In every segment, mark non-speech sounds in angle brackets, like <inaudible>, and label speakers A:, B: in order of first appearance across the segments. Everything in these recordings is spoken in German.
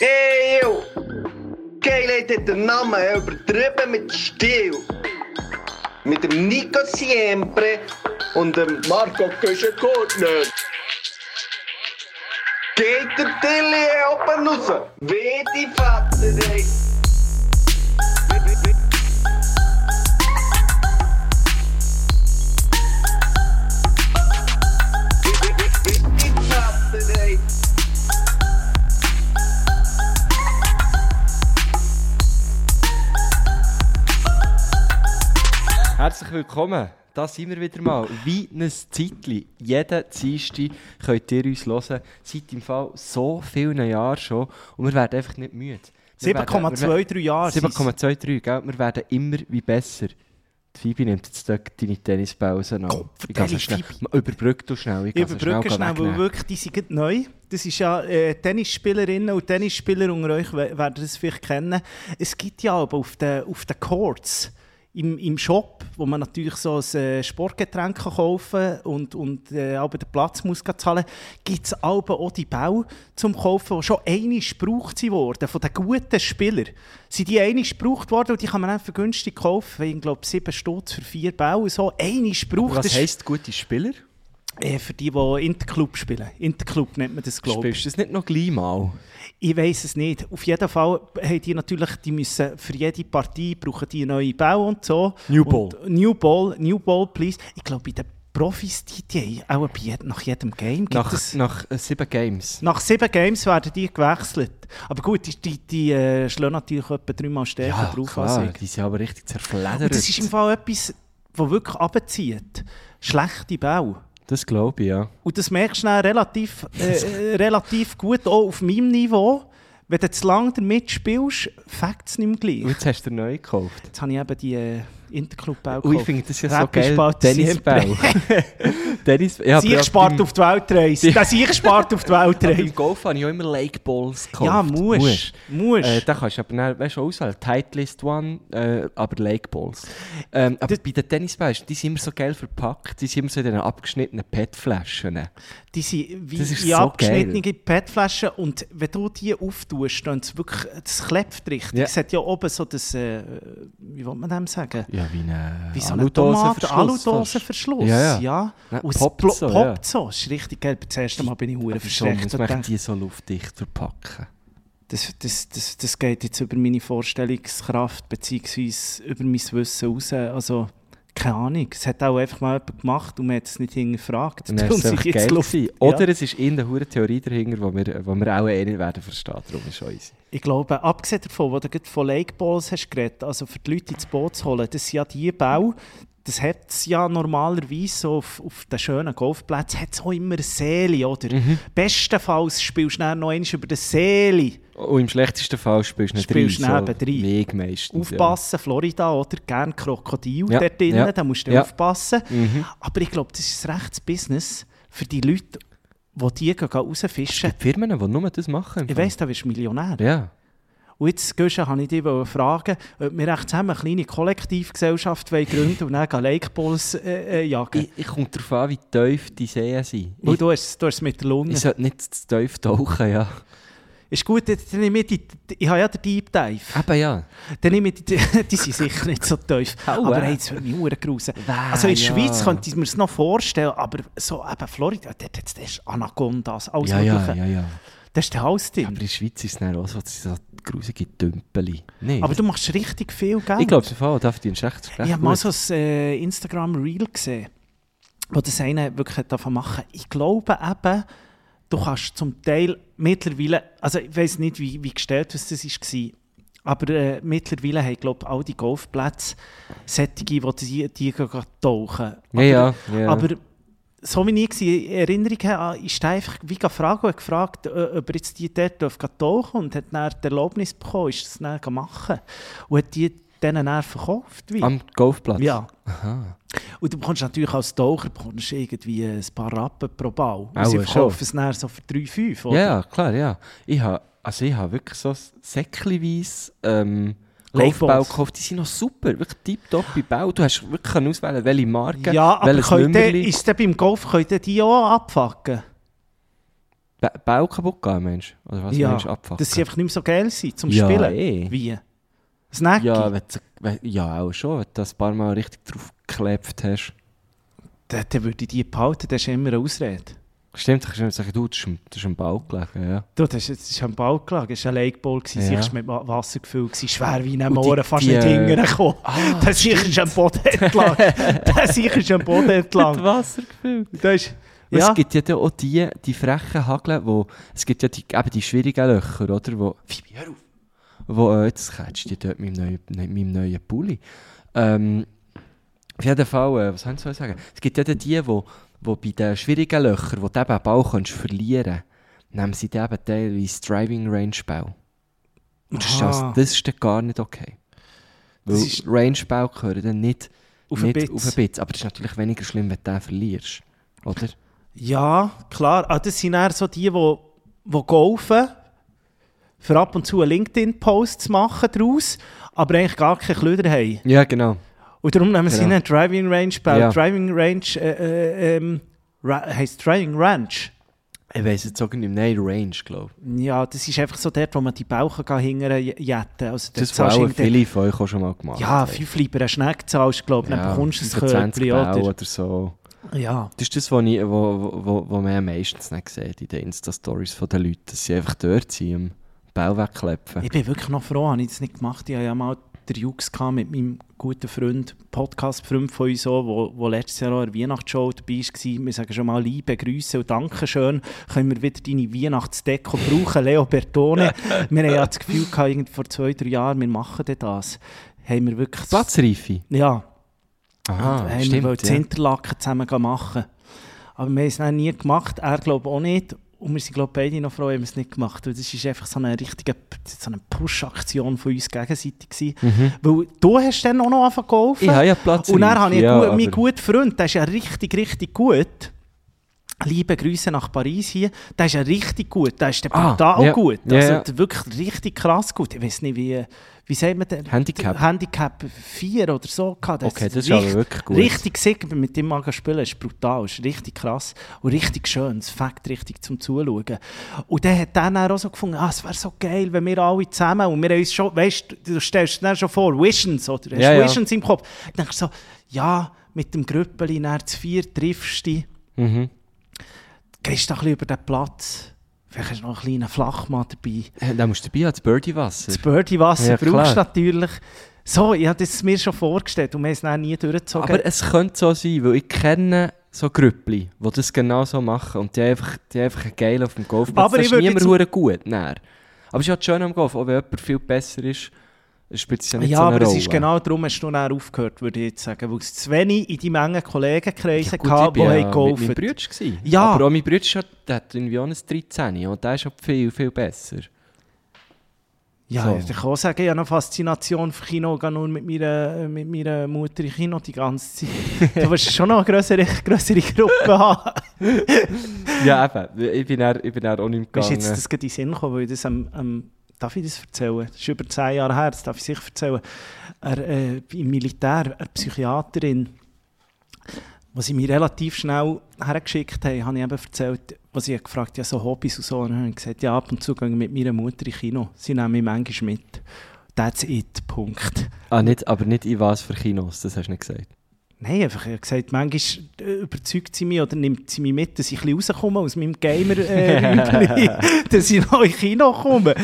A: Hey, yo! Kayleid hat den Namen übertrieben mit Stil. Mit dem Nico Siempre und dem Marco Köschen-Kortner. Geht der Tilly oben raus? Wie die Vater, ey.
B: Herzlich willkommen. Da sind wir wieder mal. Wie ein Zeitli. Jeden Dienstag könnt ihr uns hören. Seit im Fall so vielen Jahren schon. Und wir werden einfach nicht müde. Wir werden- wir werden-
C: 7,23 Jahre. sind's.
B: 7,23, gell? Wir werden immer wie besser. Die Phoebe nimmt jetzt dort deine Tennispause an. ich gehe so
C: verdammte
B: schnell.
C: Phoebe.
B: Ma, Überbrück du schnell. Ich
C: Ich
B: gehe so
C: überbrücke
B: schnell, ne?
C: schnell, weil
B: wegnehmen.
C: wirklich, die sind gerade neu. Das ist ja, äh, Tennisspielerinnen und Tennisspieler unter euch we- werden das vielleicht kennen. Es gibt ja aber auf den, auf den Courts, im, im Shop, wo man natürlich so ein äh, Sportgetränk kann kaufen und, und äh, aber den Platz muss gleich zahlen, gibt es aber auch die Bälle zum Kaufen, die schon einmal gebraucht wurden von den guten Spielern. Sind die einmal gebraucht worden und die kann man einfach günstig kaufen, weil ich glaube sieben Stutz für vier Bälle so, einmal gebraucht.
B: Was
C: Das ist-
B: heisst gute Spieler?
C: äh, für die, die Interclub spielen. Interclub nennt man das, glaube ich.
B: Spielst du das nicht noch gleich mal?
C: Ich weiß es nicht. Auf jeden Fall haben die natürlich, die müssen für jede Partie brauchen die neue Bau und so.
B: New Ball.
C: Und New Ball, New Ball, please. Ich glaube, bei den Profis, die, die haben auch bei jed nach jedem Game gibt
B: Nach,
C: es...
B: nach äh, sieben Games.
C: Nach sieben Games werden die gewechselt. Aber gut, die, die, die äh, schlagen natürlich etwa dreimal stärker drauf als ich.
B: die sind aber richtig zerfledert.
C: Und das ist im Fall etwas, das wirklich runterzieht. Schlechte Bau.
B: Das glaube ich, ja.
C: Und das merkst du dann relativ, äh, äh, relativ gut, auch auf meinem Niveau. Wenn du zu lange damit spielst, fängt es nicht mehr
B: Und
C: gleich.
B: jetzt hast du neu gekauft.
C: Jetzt habe ich eben die äh, Interclub-Bau
B: Und ich finde das ja so geil. Tennisball. Tennis, ja, <laughs> aber
C: Sich
B: auch
C: spart
B: beim-
C: auf die Weltreise. Das ich spart auf
B: <laughs>
C: die
B: aber Beim
C: Weltreise.
B: Golf habe ich auch immer Lake Balls gekauft.
C: Ja, musst. Muswählen.
B: Äh, da kannst du aber dann, weißt du, auswählen. Titleist One, äh, aber Lake Balls. Ähm, aber bei den Tennisballen, die sind immer so geil verpackt. Die sind immer so in diesen abgeschnittenen PET-Flaschen.
C: Die sind wie
B: Das ist
C: in
B: so
C: abgeschnittene PET-Flaschen und wenn du die auftust, dann ist wirklich, das klebt richtig.
B: Ja.
C: Es hat ja oben so das, äh, wie will man dem sagen?
B: Ja, wie eine
C: Wie so eine Tomate, Aludosenverschluss.
B: Ja, ja.
C: Ja, ja.
B: Nein,
C: Und es
B: poppt
C: plo-
B: so,
C: poppt
B: ja.
C: so. Das ist richtig geil. Das erste Mal bin ich hure
B: Wieso muss
C: verschreckt. und
B: man
C: dachte,
B: die so luftdicht verpacken?
C: Das, das, das, das geht jetzt über meine Vorstellungskraft bzw. über mein Wissen raus. Also, keine Ahnung. Es hat auch einfach mal jemand gemacht und man hat es nicht hingefragt.
B: Und dann ist es
C: Darum
B: einfach
C: sind jetzt
B: geil
C: Luft-
B: gewesen.
C: Ja.
B: Oder es ist in der hure Theorie dahinter, die wir, wo wir auch eh nicht werden verstehen. Darum ist unsere.
C: Ich glaube, abgesehen davon, wo du gerade von Lake Balls hast geredet, also für die Leute ins Boot zu holen, das sind ja die Bau, das hat es ja normalerweise so auf, auf den schönen Golfplätzen, hat es auch immer eine Seele, oder?
B: Mhm.
C: Bestenfalls spielst du dann noch einmal über die Seele.
B: Und im schlechtesten Fall spielst du nicht
C: Spielst
B: rein,
C: neben
B: so
C: drei.
B: wie ich meistens.
C: Aufpassen, Florida, oder? Gern Krokodil
B: Ja,
C: dort drinnen,
B: ja,
C: da musst du
B: ja. Mhm.
C: aufpassen. Aber ich glaube, das ist ein rechtes Business für die Leute, die die gehen rausfischen.
B: Ja. Firmen, die nur das machen. im
C: Ich
B: Fall.
C: weiss, da wirst du Millionär.
B: Ja.
C: Und jetzt, Guschen, habe ich dich fragen, ob wir echt zusammen eine kleine Kollektivgesellschaft wollen gründen und dann gehen Lakeballs äh, äh, jagen.
B: Ich, ich komme darauf an, wie tief die Seen sind.
C: Weil
B: Ich,
C: du hast, du hast es mit der Lunge.
B: ich sollte nicht zu tief tauchen, ja.
C: Ist gut, dann nehme ich, die, die- ich habe ja den Deep Dive.
B: Eben ja.
C: Dann nehme ich die, die sind sicher nicht so tief.
B: Aua.
C: aber hey, jetzt würde mich Huren grusen. Also in der
B: äh. ja.
C: Schweiz könnte ich mir das noch vorstellen, aber so eben Florida, dort hat es Anacondas, alles
B: Ja,
C: Mögliche.
B: ja, ja, ja.
C: Das ist der Hals drin.
B: Aber in der Schweiz ist es dann auch so, das sind so grusige Dümpeli. Nein.
C: Aber du machst richtig viel Geld.
B: ich glaube, im Fall darf die recht recht
C: Ich habe mal
B: gut.
C: so ein äh, Instagram-Reel gesehen, wo das eine wirklich hat davon machen. Ich glaube eben, du kannst zum Teil mittlerweile, also ich weiß nicht, wie, wie gestellt was das war, aber äh, mittlerweile haben, glaube ich, all die Golfplätze solche, die die, die gehen tauchen.
B: Ja, ja, ja.
C: Aber so wie ich sie in Erinnerung habe, ah, ist er einfach wie gefragt und gefragt, äh, ob er jetzt die dort tauchen darf und hat dann die Erlaubnis bekommen, ist das dann machen und hat die denen dann verkauft. Wie?
B: Am Golfplatz?
C: Ja. Und du bekommst natürlich als Taucher bekommst du irgendwie ein paar Rappen pro Ball. Und sie
B: Auch,
C: verkaufen es dann so für 3,5, oder?
B: Ja, ja, klar, ja. Ich habe also ich habe wirklich so säckchenweise ähm,
C: Golfballs.
B: Golfball gekauft. Die sind noch super, wirklich tiptop gebaut. Du hast wirklich können auswählen, welche Marke,
C: Ja, aber
B: welches
C: könnt ihr-
B: Nummerli.
C: ist denn beim Golf könnt ihr die auch abfacken?
B: Ba- Bau kaputt gehen, Mensch? Oder was
C: ja,
B: meinst du? Abfucken?
C: dass sie einfach nicht mehr so geil sind zum
B: Ja,
C: Spielen.
B: eh.
C: Wie? Snacky?
B: ja, wenn du- wenn- ja, auch schon, wenn du das ein paar Mal richtig drauf geklebt hast.
C: Dann, dann würde ich die behalten, das ist immer eine Ausrede.
B: Stimmt, dann kannst du nicht sagen, du, das ist am- das ist am Bau gelegen, ja.
C: Du, das war ist am Ball gelegen, das war ein Lakeball, ja.
B: Ja.
C: sicher mit Wa- Wasser gefüllt, gewesen, schwer wie ein
B: Und die-
C: Mohren, fast
B: die,
C: nicht
B: äh,
C: hinterhergekommen. das sicher ist am Boden
B: <laughs>
C: entlang. das sicher ist am Boden entlang.
B: Wasser gefüllt.
C: Das ist,
B: Ja.
C: ja,
B: Es gibt ja dann auch die, die frechen Hageln, wo, es gibt ja die, eben die schwierigen Löcher, oder? Wo, Fibi, hör auf! Wo, äh, jetzt catcht die dort mit meinem neuen, mit meinem neuen Pulli. Ähm, auf jeden Fall, äh, was soll ich sagen? Es gibt ja dann die, wo, wo bei den schwierigen Löchern, wo du eben einen Ball kannst verlieren kannst, nehmen sie dann eben teilweise Driving Range Bau. Und das ist,
C: Aha.
B: also, das ist dann gar nicht okay. Weil
C: Das ist-
B: Range Bau gehören dann nicht
C: Auf den
B: nicht
C: Bitz.
B: auf den Bitz. Aber es ist natürlich weniger schlimm, wenn du den verlierst. Oder?
C: ja, klar. Ah, das sind eher so die, die, die golfen, für ab und zu einen LinkedIn-Post zu machen daraus, aber eigentlich gar keine Klöder haben.
B: Ja, genau.
C: Und darum nehmen sie
B: Genau.
C: einen Driving Range Ball.
B: Ja.
C: Driving Range, äh, äh, ähm, Ra- heisst Driving Range?
B: Ich weiß jetzt auch nicht mehr. Nein, Range, glaube ich.
C: Ja, das ist einfach so dort, wo man die Bauchen kann hingern jetten. Also dort
B: Das haben
C: zahlst du
B: auch
C: hinter-
B: viele von euch auch schon mal gemacht.
C: Ja, fünf Lieber einen Schneck zahlst, glaube ich, dann bekommst du ein
B: 25
C: Körbchen,
B: Bau
C: oder?
B: oder so.
C: Ja.
B: Das ist das, was ich, wo, wo, wo man ja meistens nicht sieht in den Insta-Stories der Leute, dass sie einfach dort sind, am Bau wegklepfen.
C: Ich bin wirklich noch froh, habe ich das nicht gemacht. Ich hatte ja mal den Jux gehabt mit meinem guten Freund, Podcast-Freund von uns auch, wo, wo letztes Jahr auch in der Weihnachtsshow dabei war. Wir sagen schon mal Liebe, Grüße und Dankeschön. Können wir wieder deine Weihnachtsdeko brauchen, Leo Bertone? wir haben ja das Gefühl gehabt, irgendwie vor zwei, drei Jahren, wir machen dann das. Haben wir wirklich...
B: Platzreife.
C: Ja.
B: Aha,
C: haben äh, wir wollten
B: Ah, stimmt.
C: das
B: Ja.
C: Hinterlaken zusammen gehen machen. Aber wir haben es dann nie gemacht, er glaubt auch nicht. Und wir sind glaub, beide noch froh, haben wir es nicht gemacht. Weil das war einfach so eine richtige so eine Push-Aktion von uns gegenseitig. gewesen. Weil du hast dann auch noch angefangen zu golfen.
B: Ich habe Mhm. ja Platzreife.
C: Und dann habe ich
B: ja,
C: einen gut, meinen
B: aber-
C: guten Freund, der ist ja richtig, richtig gut. Liebe Grüße nach Paris hier. Der ist ja richtig gut. Der ist der
B: Ah,
C: brutal
B: ja.
C: gut.
B: Ja,
C: Also
B: ja.
C: der wirklich richtig krass gut. Ich weiß nicht, wie, wie sagt man den?
B: Handicap.
C: Handicap 4 oder so. gehabt. Der
B: Okay, das ist aber wirklich gut.
C: Richtig sick, mit dem mal spielen, ist brutal, ist richtig krass und richtig schön. Es fängt richtig zum Zuschauen. Und dann hat er dann auch so gefunden, ah, es wäre so geil, wenn wir alle zusammen und wir haben uns schon, weißt du, du stellst dir dann schon vor, Visions, oder? Hast
B: Ja, ja.
C: Visions im Kopf. Dann denkst du so, ja, mit dem Grüppeli nach zu vier triffst du dich,
B: Mhm.
C: gehst da ein bisschen über den Platz, vielleicht hast du noch einen kleinen Flachmann dabei.
B: Dann musst du dabei haben, das Birdie-Wasser.
C: Das Birdie-Wasser
B: Ja, klar.
C: brauchst du natürlich. So, ich habe das mir schon vorgestellt und wir haben es dann nie durchgezogen.
B: Aber es könnte so sein, weil ich kenne so Grüppli, die das genau so machen. Und die haben einfach, die haben einfach einen Geil auf dem Golfplatz. das
C: Aber ich
B: ist
C: würde
B: niemand
C: jetzt-
B: hure gut. Nein. Aber es ist halt schön am Golf, auch wenn jemand viel besser ist, spielt es ja nicht
C: ja,
B: so eine
C: aber
B: Rolle.
C: es ist genau darum, hast du dann aufgehört, würde ich jetzt sagen. Weil es zu wenig in die Menge Kollegenkreise
B: ja,
C: ja, gab, die haben
B: geholfen.
C: geholfen.
B: Mit meinem Bruder gewesen.
C: Ja.
B: Aber auch mein Bruder ist ja- der hat irgendwie auch ein 13 und der ist halt viel, viel besser.
C: Ja,
B: So.
C: ich kann auch sagen, ich habe eine Faszination für Kino, ich gehe nur mit meiner, mit meiner Mutter in Kino die ganze
B: <laughs>
C: Zeit. Du wirst schon noch eine größere, größere Gruppe haben.
B: Ja, eben. Ich bin dann, ich bin dann auch nicht mehr
C: Ist jetzt
B: gegangen.
C: das gerade in den Sinn gekommen, weil ich das am, am Darf ich das erzählen? Das ist über zehn Jahre her, das darf ich sicher erzählen. Er, äh, Im Militär, eine Psychiaterin, was sie mir relativ schnell hergeschickt haben, habe ich eben erzählt, was ich gefragt habe, ja, so Hobbys und so. Und dann habe ich gesagt, ja, ab und zu gehe ich mit meiner Mutter in Kino. Sie nehmen mich manchmal mit. That's it, Punkt.
B: Ah, nicht, aber nicht in was für Kinos, das hast du nicht gesagt.
C: Nein, einfach ich habe gesagt, manchmal äh, überzeugt sie mich oder nimmt sie mich mit, dass ich ein bisschen rauskomme aus meinem
B: <laughs>
C: gamer äh, dass ich noch in Kino komme.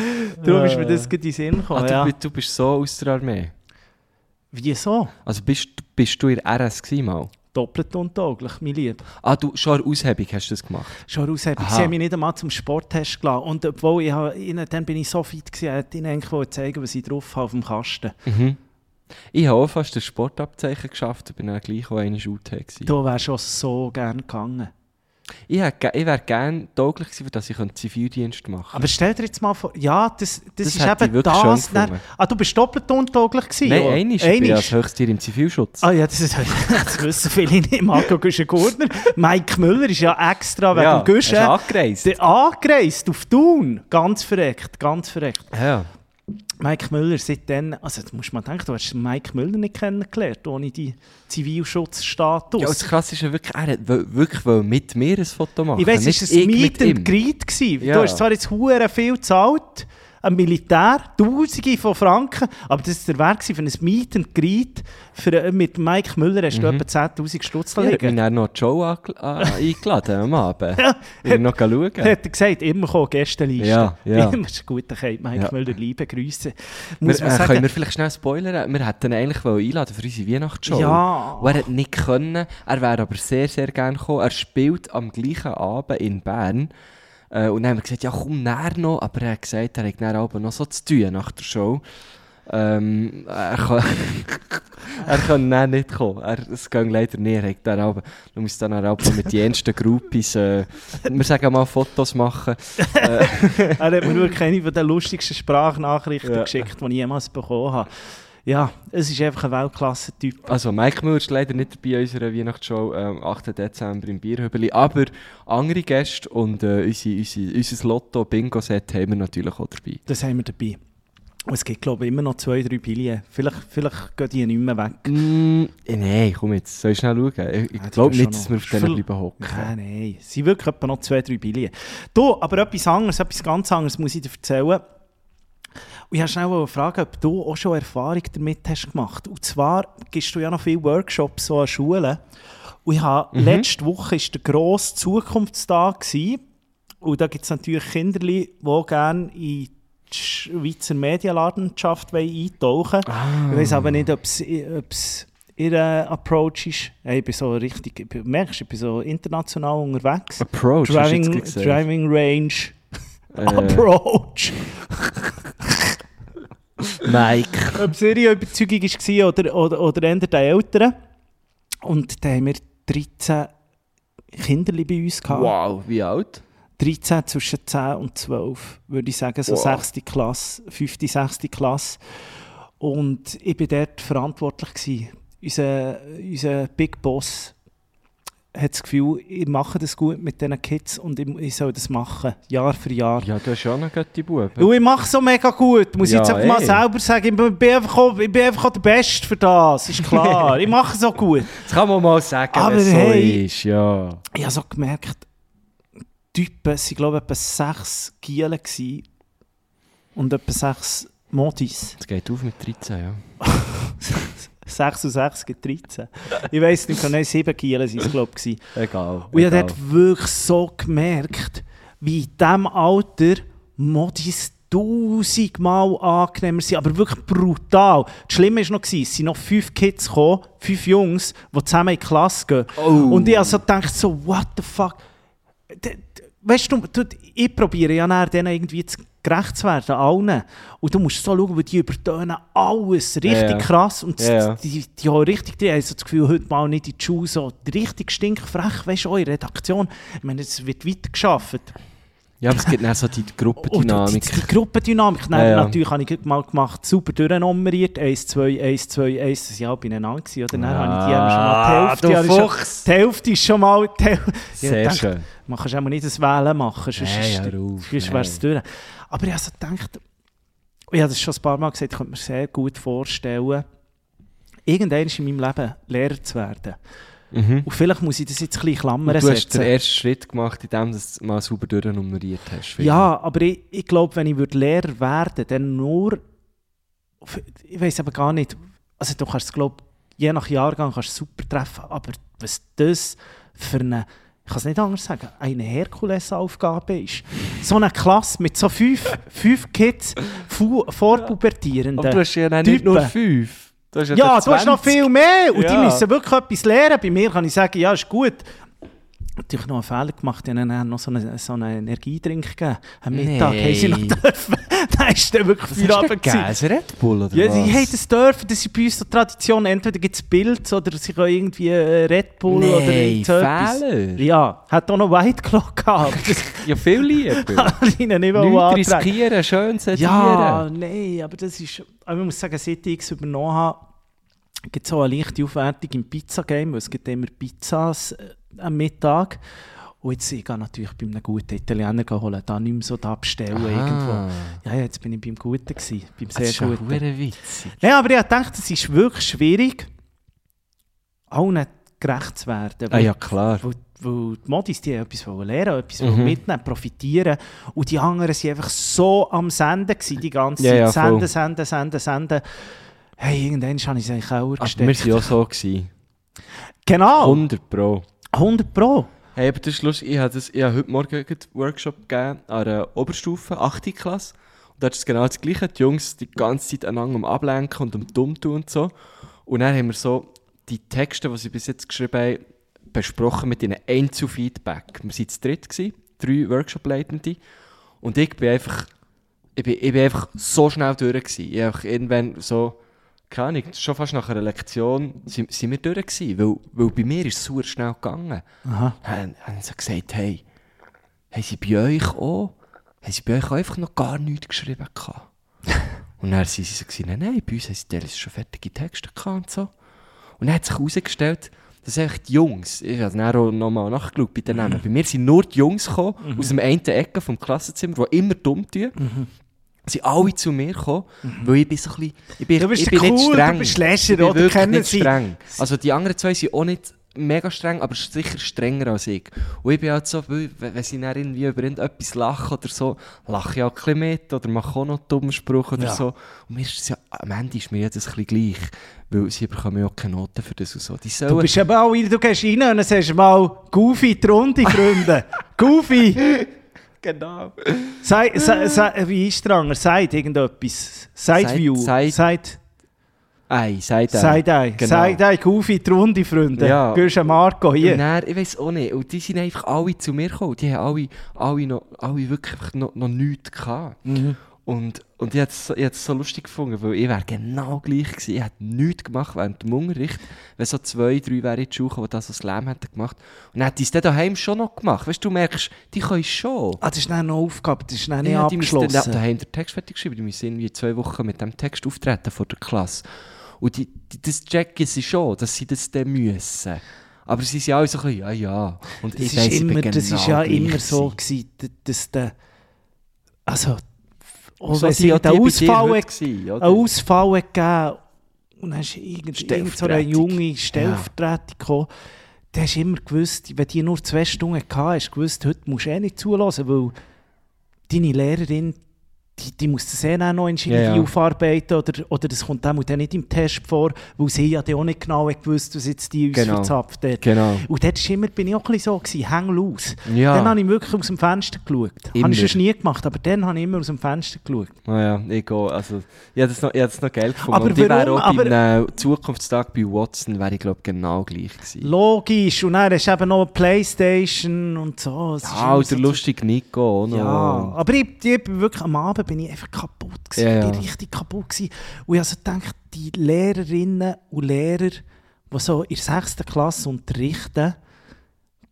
C: Darum ist mir das gerade in den Sinn
B: Ah,
C: gekommen.
B: du,
C: ja.
B: bi- du bist so aus der Armee.
C: Wieso?
B: Also bist, du- bist du in der RS gewesen mal?
C: Doppelt untauglich, mein Lieb.
B: Ah, du, schon an der Aushebung hast du das gemacht.
C: Schon raus, habe ich-
B: Aha.
C: sie haben mich nicht einmal zum Sporttest gelassen. Und obwohl ich, habe ihnen, dann bin ich so fit gewesen, ich wollte ihnen eigentlich wollen zeigen, was ich drauf habe auf dem Kasten.
B: Mhm. Ich habe auch fast das Sportabzeichen geschafft und bin dann gleich auch eine UT gewesen.
C: Du wärst schon so gern gegangen.
B: Ich, hätte ge- ich wäre gerne tauglich gewesen, dass ich einen Zivildienst machen
C: Aber stell dir jetzt mal vor, ja, das, das,
B: Das
C: ist
B: hätte ich
C: eben
B: wirklich schön
C: das. Dann,
B: gefunden.
C: ah, du bist doppelt untauglich gewesen?
B: könnte. Nein,
C: oder?
B: einmal. Ich bin Ah, ja
C: Einmal?
B: als Höchsttier im Zivilschutz.
C: Ah ja, das, ist, <laughs> das wissen viele nicht. Marco Güschen-Gurner. Mike Müller ist ja extra wegen
B: ja,
C: dem Güschen
B: hast du angereist.
C: der angereist auf Thun. Ganz verreckt, ganz verreckt.
B: Ja.
C: Mike Müller seitdem, also jetzt muss man denken, du hast Mike Müller nicht kennengelernt, ohne die Zivilschutzstatus.
B: Ja, das Krasse ist ja wirklich, er hat wo- wirklich wollen mit mir ein Foto machen.
C: ich weiss,
B: nicht
C: es war ein
B: ich
C: Meet and
B: mit ihm.
C: Greet. Gewesen.
B: Ja.
C: Du hast zwar jetzt hure viel gezahlt, am Militär, Tausende von Franken, aber das war der Wert gewesen für ein Meet and Greet. Für, mit Mike Müller hast
B: Mhm.
C: du etwa 10'000
B: Er
C: Stutz
B: hat mich
C: liegen.
B: dann noch Joe angel- a- eingeladen am <laughs> Abend. Ja. Ich will noch schauen.
C: Hat er gesagt, immer kommen, Gästenliste. <laughs>
B: Ja, ja.
C: Immer ist gut, dann kann Mike
B: Ja.
C: Müller liebe Grüße.
B: Wir,
C: Muss man
B: äh,
C: sagen.
B: können wir vielleicht schnell spoilern? Wir hätten ihn eigentlich wollen einladen für unsere Weihnachtsshow.
C: Ja.
B: Und er hat nicht können. Er wäre aber sehr, sehr gerne gekommen. Er spielt am gleichen Abend in Bern. Äh, und dann haben wir gesagt, ja komm, näher noch. Aber er hat gesagt, er hat näher Abend noch so zu tun nach der Show. Ähm, er kann, <laughs> er kann näher nicht kommen. Er, es ging leider nicht. Er hat dann Abend, du musst dann Abend noch mit den jensten Groupies, äh, wir sagen mal, Fotos machen.
C: Er hat mir nur keine von den lustigsten Sprachnachrichten
B: Ja.
C: geschickt, die ich jemals bekommen habe. Ja, es ist einfach ein Weltklasse-Typ.
B: Also, Mike Müller ist leider nicht dabei bei unserer Weihnachtsshow am 8. Dezember im Bierhübeli, aber andere Gäste und äh, unsere, unsere, unser Lotto-Bingo-Set haben wir natürlich auch dabei.
C: Das haben wir dabei. Und es gibt, glaube ich, immer noch zwei, drei Pillen. Vielleicht, vielleicht gehen die nicht mehr weg.
B: Mm, nein, komm jetzt, soll ich schnell schauen? Ich, ich
C: Ah, die
B: glaube
C: gehen
B: nicht,
C: schon
B: dass wir
C: noch.
B: auf denen
C: Viel-
B: bleiben hocken.
C: Nein, nein. Es sind wirklich etwa noch zwei, drei Billion. Du, aber etwas anderes, etwas ganz anderes muss ich dir erzählen. Und ich wollte schnell eine Frage, ob du auch schon Erfahrung damit hast gemacht. Und zwar gibst du ja noch viele Workshops so an Schulen. Und ich habe, letzte Woche war der grosse Zukunftstag. Gewesen. Und da gibt es natürlich Kinder, die gerne in die Schweizer Medienlandschaft wollen eintauchen
B: Ah.
C: wollen. Ich weiß aber nicht, ob es ihr Approach ist. Ja, Ich bin so richtig, ich bin- merkst du, ich bin so international unterwegs.
B: Approach, hast du
C: Driving,
B: jetzt Äh. gerade gesagt.
C: Driving Range. <laughs> Approach.
B: Mike.
C: ob es ihre Überzeugung war oder, oder, oder eher die Eltern. Und da haben wir 13 Kinderli bei uns gehabt.
B: Wow, wie alt?
C: 13 zwischen 10 und 12, würde ich sagen, so
B: Wow.
C: 6. Klasse, 5., 6. Klasse. Und ich war dort verantwortlich. Gewesen. Unser, unser Big Boss hat das Gefühl, ich mache das gut mit diesen Kids und ich, ich soll das machen, Jahr für Jahr.
B: Ja, du hast ja auch noch gute Buben.
C: Du, ich mache so mega gut, muss ich
B: Ja,
C: jetzt einfach mal
B: ey.
C: selber sagen, ich bin einfach, auch- ich bin einfach auch der Beste für das, ist
B: <laughs>
C: klar, ich mache so gut.
B: Das kann man mal sagen,
C: Aber
B: wenn es so
C: hey.
B: ist, ja.
C: Ich habe so gemerkt, die Typen waren, glaube ich, etwa sechs Gielen gsi und etwa sechs Modis.
B: Es geht auf mit 13, ja.
C: Sechs und sechs gibt 13. Ich weiss nicht, nein, sieben Gielen waren es, glaube ich. gsi.
B: Egal.
C: Und ich habe dort wirklich so gemerkt, wie in diesem Alter Modis tausendmal angenehmer sind, aber wirklich brutal. Das Schlimme war noch, gewesen, es sind noch fünf Kids gekommen, fünf Jungs, die zusammen in die Klasse gehen. Und ich habe so gedacht, so, what the fuck. D- d- Weißt du, du, ich probiere ja nachher denen irgendwie zu gerecht zu werden, allen. Und du musst so schauen, weil die übertönen alles richtig
B: Ja, ja.
C: krass und
B: Ja, ja.
C: die, die haben richtig drin. Ich habe so das Gefühl, heute mal nicht in die Schule so richtig stinkfrech, weißt du, auch in der Redaktion. Ich meine, es wird weitergeschafft.
B: Ja, aber es gibt dann so Oh, die
C: Und die,
B: Gruppendynamik.
C: die Gruppendynamik,
B: Ja,
C: ja,
B: ja.
C: natürlich habe ich mal gemacht, super durchnummeriert, 1, 2, 1, 2, 1, das war ja beieinander, gewesen, oder? Dann
B: Ah,
C: habe ich die
B: du
C: eben schon mal, die Hälfte, habe ich
B: Fuchs!
C: schon, die Hälfte ist schon mal, die Häl- Ich
B: Sehr
C: dachte,
B: schön.
C: Man kann auch nicht das Wählen machen, sonst,
B: Nein,
C: ist,
B: hör auf,
C: sonst wäre es durch. Aber ich habe so gedacht, ich habe das schon ein paar Mal gesagt, ich könnte mir sehr gut vorstellen, irgendwann in meinem Leben Lehrer zu werden.
B: Mhm.
C: Und vielleicht muss ich das jetzt ein bisschen in Klammern
B: Du hast den
C: setzen.
B: ersten Schritt gemacht, indem du es mal sauber durchnummeriert hast. finde
C: Ja, aber ich, ich glaube, wenn ich würde Lehrer werden dann nur. auf- Ich weiß aber gar nicht. Also, du kannst es, glaube je nach Jahrgang kannst du es super treffen. Aber was das für eine. Ich kann es nicht anders sagen, eine Herkulesaufgabe ist. So eine Klasse mit so fünf, fünf Kids, fu-
B: ich.
C: Vorpubertierenden.
B: Aber du hast ja dann nicht nur
C: Typen.
B: fünf. Du hast ja,
C: Ja,
B: dann
C: du hast noch
B: 20.
C: viel mehr und die
B: Ja.
C: müssen wirklich etwas lernen. Bei mir kann ich sagen, ja, ist gut. Natürlich noch einen Fehler gemacht, ich habe ihnen dann noch so einen, so einen Energietrink gegeben. Am Mittag
B: Nein.
C: haben sie noch dürfen. <laughs> Nein, ist dann wirklich
B: Was hast du
C: Feierabend gewesen.
B: gegeben? Ein Red Bull oder
C: Ja,
B: was?
C: sie haben das dürfen, das ist bei uns so Tradition. Entweder gibt es Pilz oder sie können irgendwie äh, Red Bull
B: Nein,
C: oder irgendetwas.
B: Fehler.
C: Ja, hat auch noch White Claw gehabt. <laughs> Das
B: Ja, viel
C: <laughs>
B: lieber.
C: kann ich ihnen nicht mehr
B: Nicht
C: antragen.
B: riskieren, schön sedieren.
C: Ja, nein, aber das ist. Aber ich muss sagen, seit ich es übernommen habe, gibt es auch eine leichte Aufwertung im Pizza-Game, weil es gibt immer Pizzas äh, am Mittag. Und Und jetzt ich gehe natürlich bei einem guten Italiener holen, da nicht mehr so da bestellen
B: Ah.
C: irgendwo. Ja, ja, jetzt bin ich beim Guten gewesen, beim
B: Das
C: sehr
B: ist ja
C: Guten.
B: verdammt witzig.
C: Nein, aber ich dachte, es ist wirklich schwierig, allen gerecht zu werden.
B: Ah ja, klar.
C: Weil, weil die Modis, die haben etwas wollen lernen, etwas
B: Mhm.
C: wollen mitnehmen, profitieren. Und die anderen waren einfach so am Senden gewesen, die ganze
B: Ja,
C: Zeit.
B: ja, voll.
C: senden, senden, senden, senden. Hey, irgendwann habe ich es in den Keller
B: Aber wir
C: gesteckt.
B: waren auch so. Gewesen.
C: Genau,
B: 100 Pro.
C: 100 Pro.
B: Hey, aber das ist lustig. Ich habe, das, ich habe heute Morgen gerade einen Workshop gegeben an der Oberstufe, 8. Klasse. Und da ist es genau das Gleiche. Die Jungs die ganze Zeit einander um Ablenken und um Dumm tun und so. Und dann haben wir so die Texte, die sie bis jetzt geschrieben haben, besprochen mit ihnen Einzelfeedback. Wir waren zu dritt, gewesen, drei Workshop-Leitende. Und ich bin einfach, ich bin, ich bin einfach so schnell durch. Gewesen. Ich habe einfach irgendwann so, keine Ahnung, schon fast nach einer Lektion sind, sind wir durch. Gewesen, weil, weil bei mir ist es super schnell gegangen.
C: Aha.
B: Haben, haben sie gesagt, hey, haben sie bei euch auch, haben sie bei euch auch einfach noch gar nichts geschrieben
C: <laughs>
B: gehabt? und dann waren sie so, gewesen, nein, nein, bei uns haben sie teilweise schon fertige Texte gehabt und so. Und dann hat sich herausgestellt, dass eigentlich die Jungs, ich habe dann auch nochmal nachgeschaut bei den
C: Mhm.
B: Namen, bei mir sind nur die Jungs gekommen, aus dem einen Ecke vom Klassenzimmer, die immer dumm tun,
C: Mhm.
B: sind alle zu mir gekommen, weil ich bin so ein bisschen, ich bin,
C: Du bist
B: ich bin nicht
C: cool, du
B: streng.
C: bist Slasher,
B: ich bin
C: oder?
B: wirklich
C: Kennen
B: nicht
C: sie-
B: streng. Also die anderen zwei sind auch nicht mega streng, aber sicher strenger als ich. Und ich bin halt so, weil, wenn wenn sie dann irgendwie über irgendetwas lachen oder so, lache ich auch ein bisschen mit oder mache auch noch einen dummen Spruch oder
C: Ja.
B: so. Und mir ist es ja, am Ende ist mir ja das ein bisschen gleich, weil sie bekommen ja auch keine Noten für das und so. Die
C: Du
B: sollen...
C: bist eben auch, wieder- du gehst rein und dann sagst du mal, Goofy, die Runde,
B: <laughs>
C: Freunde. Goofy,
B: genau.
C: sei, sei, sei, wie ist der andere? Seid irgendetwas. Seid
B: Seid-
C: View.
B: seid-
C: Seid,
B: Ei, sei da.
C: seid ei.
B: Genau.
C: Seid ei, Goofy, die Runde, Freunde.
B: Ja.
C: Gehst an Marco
B: Und
C: hier.
B: dann, ich weiß auch nicht. Und die sind einfach alle zu mir gekommen. Die haben alle, alle, noch, alle wirklich einfach noch, noch nichts gehabt. Und, und ich hätte es so, ich hätte es so lustig gefunden, weil ich wäre genau gleich gewesen. Ich hätte nichts gemacht während dem Unterricht, wenn so zwei, drei wären in die Schule, gekommen, die das so Slam hätten gemacht. Und dann hätte ich es dann daheim schon noch gemacht. Weißt du, du merkst, die können schon.
C: Ah, das ist dann eine Aufgabe, das ist dann nicht
B: Ja, die müssen dann-
C: abgeschlossen.
B: Da haben den Text fertig geschrieben. Die müssen irgendwie zwei Wochen mit dem Text auftreten vor der Klasse. Und die, die, das checken sie schon, dass sie das dann müssen. Aber sie sind auch so ein bisschen, ja, ja. Und
C: Das
B: ich
C: ist,
B: weiss, ich bin
C: immer, das
B: genau
C: ist ja
B: gleich
C: immer so,
B: gewesen.
C: gewesen, d- dass der. Also, auch
B: So
C: wenn
B: sind
C: sie
B: ja
C: einen
B: die bei dir
C: Ausfall,
B: heute
C: hat-
B: gewesen, oder?
C: einen Ausfall hat gegeben und dann ist irgend, irgend so eine
B: Stellvertretung.
C: junge Stellvertretung gekommen, dann hast du immer gewusst, wenn die nur zwei Stunden gehabt hast, hast du gewusst, heute musst du eh nicht zulassen, weil deine Lehrerin. Die, die muss das eh dann noch in
B: Ja,
C: yeah.
B: ja.
C: aufarbeiten oder, oder das kommt dem und dann nicht im Test vor, weil sie ja dann auch nicht genau hat gewusst was jetzt die uns
B: Genau.
C: verzapft hat.
B: Genau.
C: Und dort war immer, bin ich auch ein bisschen so, gewesen, häng los.
B: Ja.
C: Dann habe ich wirklich aus dem Fenster geschaut. Habe
B: Immer.
C: ich sonst nie gemacht, aber dann habe ich immer aus dem Fenster geschaut.
B: Naja, Ah ich auch. Also, ich habe das noch, ich habe das noch Geld gefunden.
C: Aber
B: und ich wäre
C: warum?
B: auch beim äh, Zukunftstag bei Watson, wäre ich glaube genau gleich gewesen.
C: Logisch, und dann hast du eben noch eine Playstation und so. Es ist
B: Ah,
C: immer
B: und
C: so
B: der lustige Nico auch
C: zu-
B: noch.
C: Ja, aber ich, ich bin wirklich am Abend bin ich einfach kaputt gewesen.
B: Ja, ja.
C: Ich bin richtig kaputt gewesen. Und ich habe so gedacht, die Lehrerinnen und Lehrer, die so in der 6. Klasse unterrichten,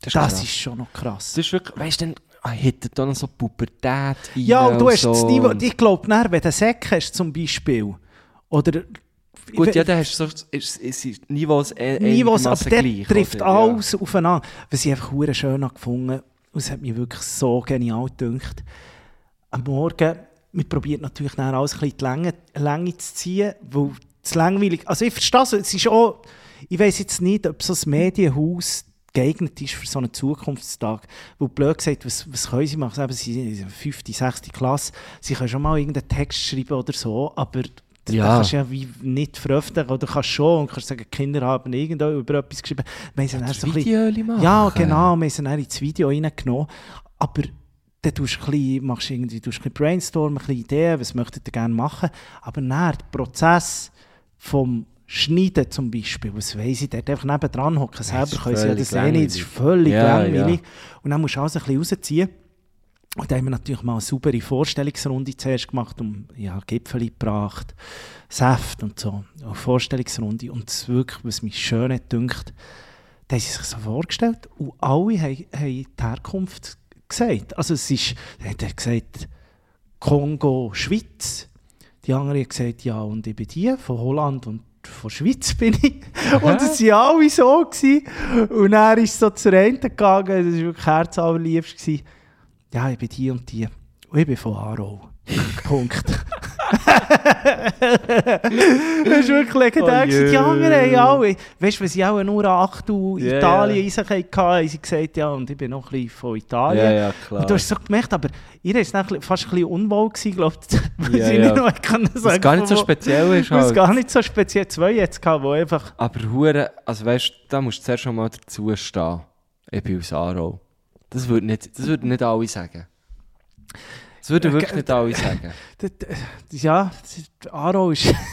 C: das,
B: krass.
C: ist schon noch krass.
B: Das ist wirklich, weißt du, dann hittet da noch so Pubertät rein
C: Ja, und du hast
B: genau so.
C: das Niveau. Ich glaube, wenn du einen Sack hast, zum Beispiel, oder.
B: Gut,
C: ich-
B: ja, dann hast du so, ist, ist, ist Niveaus e-
C: Niveaus, aber
B: einigermassen
C: der
B: gleich,
C: trifft
B: oder?
C: alles aufeinander. Was ich einfach hure schön habe gefunden und es hat mich wirklich so genial gedacht. Am Morgen, wir probiert natürlich dann alles ein bisschen in die Länge, Länge zu ziehen, weil es langweilig Also ich verstehe es, es ist auch, ich weiß jetzt nicht, ob so ein Medienhaus geeignet ist für so einen Zukunftstag, wo blöd gesagt, was, was können sie machen? Eben, sie sind in der 5., 6. Klasse, sie können schon mal irgendeinen Text schreiben oder so, aber ja.
B: Ja.
C: da kannst du ja wie nicht veröffentlichen oder kannst schon und kannst sagen, die Kinder haben irgendwo über etwas geschrieben. Wir haben sie dann
B: Ja.
C: so
B: So
C: ein bisschen,
B: Videoli machen.
C: ja, genau, wir haben sie dann ins Video reingenommen. Aber dann tust du ein bisschen, machst du irgendwie, tust ein bisschen brainstormen, ein bisschen Ideen, was möchtet ihr gerne machen. Aber dann der Prozess vom Schneiden zum Beispiel, was weiss ich, dort einfach neben dran hocken, selber
B: ist
C: können sie ja
B: völlig
C: das eh nicht, das ist
B: langweilig.
C: völlig
B: Ja,
C: langweilig. Und dann musst du alles ein bisschen rausziehen. Und da haben wir natürlich mal eine saubere Vorstellungsrunde zuerst gemacht, um ja, Gipfel gebracht, Saft und so. Eine Vorstellungsrunde. Und das wirklich, was mich schön hat dünkt, da haben sie sich so vorgestellt und alle haben, haben die Herkunft gesagt. Also es ist, da hat er gesagt, Kongo, Schweiz. Die andere hat gesagt, ja, und ich bin die von Holland und von der Schweiz <laughs> bin ich. Und es waren alle so. Gewesen. Und er ist so zur einen gegangen, das war wirklich herzallerliebst. gewesen. Ja, ich bin die und die. Und ich bin von Aarau. <laughs> Punkt. <laughs> das ist wirklich legendär.
B: Oh
C: gewesen. die
B: je.
C: anderen haben alle, weißt du, wenn sie auch nur an 8 Uhr
B: Ja,
C: Italien
B: ja.
C: in sich hatten, haben sie gesagt, ja, und ich bin noch ein bisschen von Italien.
B: Ja, ja, klar.
C: Und du hast so gemerkt, aber ihr ist dann fast ein bisschen unwohl gewesen, glaube ich, <laughs> weil
B: Ja,
C: sie
B: ja.
C: nicht noch können sagen
B: Was gar nicht so
C: von wo-
B: speziell ist
C: <laughs> was
B: halt.
C: gar nicht so speziell zwei jetzt gehabt, wo einfach
B: Aber hure, also weißt, da musst du zuerst schon mal dazu stehen. Ich bin aus Aarau. Das würden nicht, das würden nicht alle sagen. Das würden wirklich nicht alle sagen.
C: d- d- ja, d- Aro ist <laughs>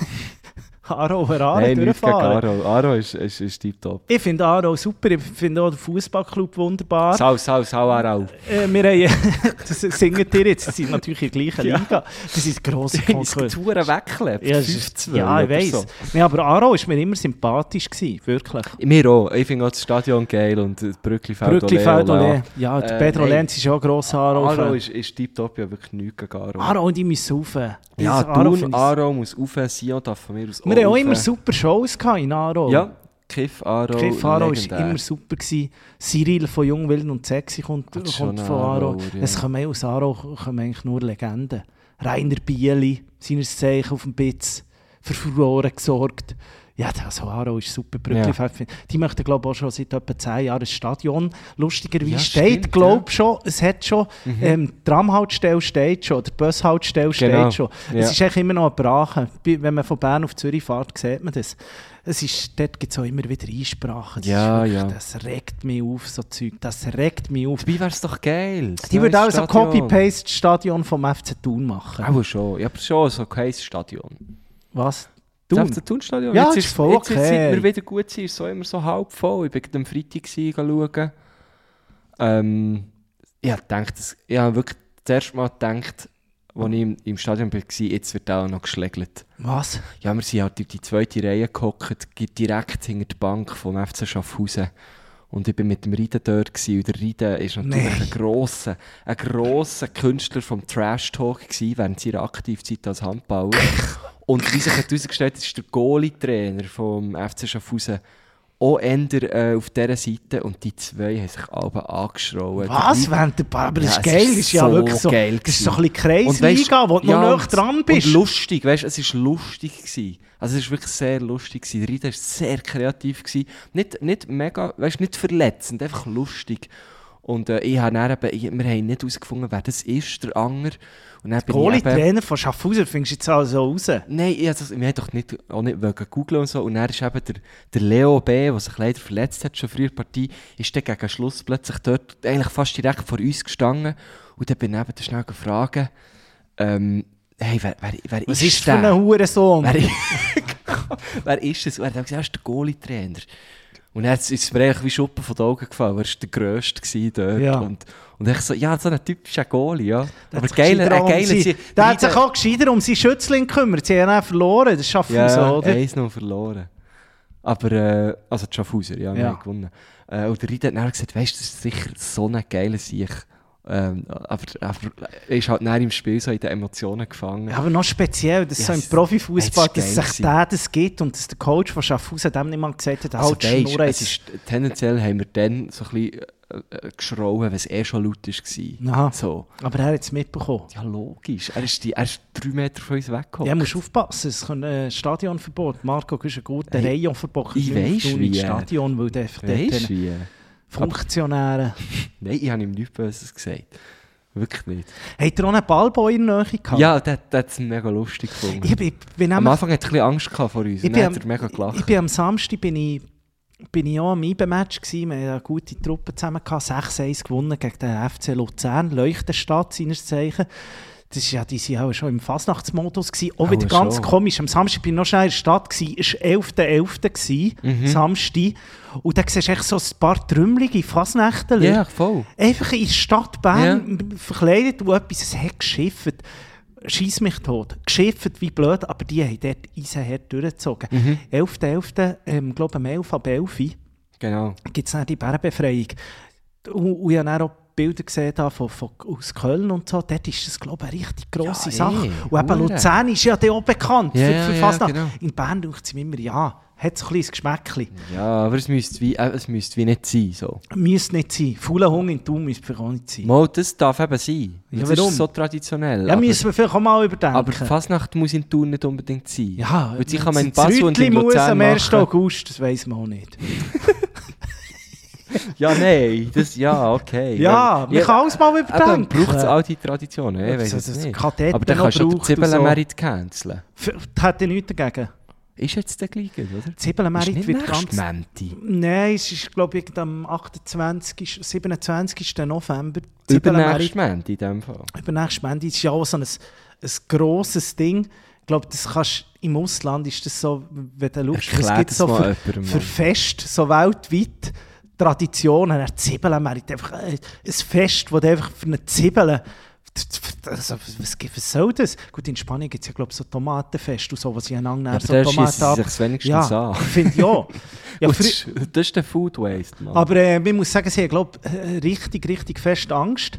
C: Aro über Aro
B: Nein, nicht gegen
C: durchfahren.
B: Aarau. Aarau ist, ist, ist tiptop.
C: Ich finde Aro super, ich finde auch den Fußballclub wunderbar.
B: Sau, sau, sau Aarau.
C: Äh, wir haben, <laughs> das singen dir jetzt, sie sind natürlich in der gleichen Liga. Das ist
B: <laughs>
C: grosse
B: Es
C: Konkurrenz.
B: gibt hure weggelebt.
C: Ja, es
B: 15
C: ist- ja, ich
B: oder
C: weiß.
B: so.
C: Nein, aber Aro ist mir immer sympathisch gewesen, wirklich.
B: Mir auch. Ich finde auch das Stadion geil und das Brücklifeld
C: Brücklifeld
B: Ole, Ole.
C: Ole. Ja, der
B: Äh,
C: Pedro
B: nein.
C: Lenz ist auch ein grosser Aro.
B: Aarau ist, ist tiptop, ja wirklich nichts gegen Aarau.
C: Aro und ich müssen rauf.
B: Ja,
C: Dieses Aarau finde
B: Thun,
C: ich-
B: Aarau muss rauf, Sion darf von mir aus
C: Wir haben auch
B: rauf.
C: immer super Shows gehabt in Aro.
B: Ja, Kiff Aarau,
C: Cliff Aro war
B: legendär.
C: immer super. Gewesen. Cyril von Jung, Wild und Sexy kommt,
B: Das ist
C: kommt
B: schon
C: von
B: ein
C: Aro.
B: Aarauer, ja.
C: Es kommen eh aus Aro kommen eigentlich nur Legenden. Rainer Bieli, seines Zeichen auf dem Bitz, für Furore gesorgt. Ja, also Aro ist super. Brückli Die möchten, glaube ich, auch schon seit etwa 10 Jahren ein Stadion. Lustigerweise
B: Ja, Mhm.
C: steht,
B: stimmt,
C: glaube ich, schon, es hat schon, ähm, die Tramhaltestelle steht schon, der Bushaltestelle
B: Genau,
C: steht schon.
B: ja.
C: Es ist echt immer noch ein Brachen. Bei- Wenn man von Bern auf Zürich fährt, sieht man das. Es ist, dort gibt es auch immer wieder Einsprachen. Das,
B: Ja,
C: ist wirklich-
B: ja.
C: das regt mich auf, so Zeug. Das regt mich auf.
B: Dabei wäre es doch geil.
C: Die würden auch so Copy-Paste-Stadion vom FC Thun machen.
B: Auch schon. Ja, aber schon so ein Stadion.
C: Was?
B: Das
C: Thun?
B: FC Thun-Stadion.
C: Ja,
B: jetzt
C: das
B: ist
C: ist voll
B: jetzt, jetzt,
C: okay.
B: seit wir wieder gut sind, ist es auch immer so halb voll. Ich war am Freitag gewesen, schauen. Ähm, ich habe gedacht, das- ich habe wirklich das erste Mal gedacht, als ich im, im Stadion war, jetzt wird auch noch geschlägelt.
C: Was?
B: Ja, wir sind halt in die zweite Reihe gehockt, gi- direkt hinter die Bank vom FC Schaffhausen. Und ich war mit dem Rieden dort gewesen, und der Rieden ist natürlich
C: Nein.
B: ein grosser, ein grosser Künstler vom Trash-Talk gewesen, während seiner Aktivzeit als Handballer. und wie sich hat herausgestellt hat, ist der Goalie-Trainer vom FC Schaffhausen auch änder äh, auf dieser Seite und die zwei haben sich alle angeschrauben.
C: Was?
B: Der Rieden-
C: Während der Barbara
B: Ja,
C: ist
B: es
C: geil.
B: ist
C: Ist, ja
B: so
C: wirklich so.
B: geil
C: das ist so ein bisschen
B: Und
C: Kreisliga,
B: weisst-
C: wo du
B: ja,
C: noch nicht dran bist.
B: Und lustig, weißt, es ist lustig gewesen. Also es ist wirklich sehr lustig gewesen. Der Rieder war sehr kreativ gewesen. Nicht, nicht mega, weißt, nicht verletzend, einfach lustig. Und äh, ich habe dann eben, ich, wir haben nicht herausgefunden, wer das ist, der Anger. Und dann bin ich eben,
C: Goalie-Trainer von Schaffhausen findest du jetzt also raus.
B: Nein, ich, also, wir haben doch nicht, auch nicht wollen googeln und so. Und dann ist eben der, der Leo B., der sich leider verletzt hat, schon früher in der Partie, ist dann gegen Schluss plötzlich dort, eigentlich fast direkt vor uns gestanden. Und dann bin ich eben schnell gefragt, ähm, hey, wer, wer, wer
C: Was
B: ist
C: ist das für ein
B: der?
C: Hurensohn?
B: <laughs> Wer, wer ist das? Und er hat dann gesagt, er ist der Goalie-Trainer. Und dann ist es mir eigentlich wie Schuppen von den Augen gefallen. Er war der Grösste gewesen dort.
C: Ja.
B: Und, und ich so, ja, so ein typischer Goalie, ja.
C: Der
B: Aber
C: hat sich gescheiter
B: geiler,
C: um
B: ein geiler...
C: sie-
B: Sie-
C: Der hat sich
B: Rieder-
C: auch gescheiter um seinen Schützling gekümmert. Sie haben ihn verloren, das schaffen wir
B: <laughs>
C: so,
B: Ja,
C: oder?
B: eins noch verloren. Aber, äh, also die Schaffhauser, ja, wir
C: Ja.
B: haben gewonnen. Äh, und der Rieder hat dann gesagt, weißt du, das ist sicher so ein geiler Sieg. Ähm, aber, aber er ist halt dann im Spiel so in den Emotionen gefangen.
C: Ja, Aber noch speziell, dass
B: Ja,
C: so im
B: es-
C: Profifußball,
B: es
C: dass
B: ist
C: sich
B: geil
C: der das gibt und dass der Coach von Schaffhausen dem nicht mal gesagt hat,
B: also,
C: halt
B: weisst,
C: Schnurren.
B: es ist, tendenziell haben wir dann so ein bisschen äh, äh, geschrauen, wenn es eh schon laut war.
C: Aha.
B: So.
C: Aber er hat es mitbekommen.
B: Ja, logisch. Er ist, die, er ist drei Meter von uns weggekommen.
C: Ja, musst aufpassen, es kommt ein Stadionverbot. eh, Marco, du bist ein guter hey,
B: Hey,
C: Rayonverbot.
B: ich weiss,
C: du
B: wie er-
C: Stadion, weil der einfach
B: Weisst du
C: dort den
B: wie? eh?
C: Funktionären...
B: Nein, ich habe ihm nichts Böses gesagt. Wirklich nicht.
C: Habt ihr auch einen Ballboy in der Nähe gehabt?
B: Ja, der, der hat es mega lustig gefunden.
C: Ich bin, bin
B: Am
C: nämlich
B: Anfang hatte ich ein bisschen Angst gehabt vor uns.
C: Ich
B: Ich
C: bin
B: dann
C: am-
B: hat er mega
C: Ich
B: gelacht.
C: bin am Samstag bin ich, bin ich auch am IBE-Match. gewesen. Wir hatten eine gute Truppe zusammen. gehabt. 6-1 gewonnen gegen den FC Luzern. Leuchtenstadt, seines Zeichen. Das ist ja, die waren auch schon im Fasnachtsmodus. Gewesen. Auch
B: Auch
C: wieder ganz
B: schon.
C: komisch. Am Samstag bin ich noch schnell in der Stadt. gewesen. Es war 11.11. Mhm. Samstag. Und dann siehst du echt so ein paar trümmelige Fasnächte.
B: Ja, voll.
C: Einfach in der Stadt Bern verkleidet und etwas, es hat geschifft. Schieß mich tot. Geschifft wie blöd, aber die haben dort eisenhart durchgezogen.
B: Mhm.
C: 11.11., ähm, glaube ich, am 11. ab 11
B: Genau.
C: gibt es dann die Bärenbefreiung. Und, und ich habe dann auch Bilder gesehen habe von, von, aus Köln und so, dort ist das, glaube ich, eine richtig grosse
B: Ja,
C: Sache.
B: eh,
C: und eben
B: hure.
C: Luzern ist ja dann auch bekannt
B: Ja,
C: für,
B: ja,
C: für
B: ja,
C: Fasnacht.
B: genau.
C: In Bern denkt es mir immer, ja, hat so ein kleines Geschmäckchen.
B: Ja, aber es müsste wie, äh, es müsste wie nicht sein. So.
C: Müsste nicht sein. Fauler Hunger in Thun müsste vielleicht auch nicht sein.
B: Mal, das darf eben sein.
C: Ja,
B: das ist
C: warum?
B: so traditionell.
C: Ja,
B: aber,
C: müssen wir vielleicht auch mal überdenken.
B: aber die Fasnacht muss in Thun nicht unbedingt sein.
C: ja,
B: Weil sie kann man in
C: das
B: Basel und in
C: Rütli muss
B: Luzern
C: am 1.
B: machen.
C: August, das weiss man auch nicht.
B: <laughs> Ja, nein, das, ja, okay.
C: Ja, man kann alles mal
B: Eben,
C: überdenken.
B: braucht es all die Traditionen, ich
C: Ob es
B: weiss es
C: das
B: nicht.
C: Kadett
B: Aber dann
C: noch
B: kannst du den
C: braucht und so.
B: Zwiebelmerit canceln.
C: F- Das hätte ich nichts dagegen.
B: Ist jetzt der gleiche, oder? Ist
C: Zibelmerit
B: nicht
C: wird
B: nächstes
C: ganz...
B: Menti.
C: Nein, es ist, glaube ich, am 28., 27. November.
B: Übernächstes Menti in dem Fall.
C: Übernächstes Mandy ist ja auch so ein, ein grosses Ding. Ich glaube, das kannst im Ausland ist das so, wenn du schaust,
B: Erklär
C: es gibt
B: das
C: so
B: mal
C: für,
B: jemandem,
C: für
B: Mann.
C: Fest, so weltweit Traditionen. Ein Zibbelenmarkt, einfach äh, ein Fest, wo du einfach für eine Zibbele also, was, gibt- was soll das? Gut, in Spanien gibt es ja, glaube ich, so Tomatenfest und so, was ich einander
B: aber
C: so
B: da
C: Tomaten
B: schiessen sie
C: ab-
B: sich's wenigstens
C: ja,
B: an.
C: Finde ich
B: <laughs>
C: auch. ja,
B: Und
C: für,
B: das, das ist der Food Waste, Mann.
C: aber äh, ich muss sagen, sie haben, glaube richtig, richtig fest Angst.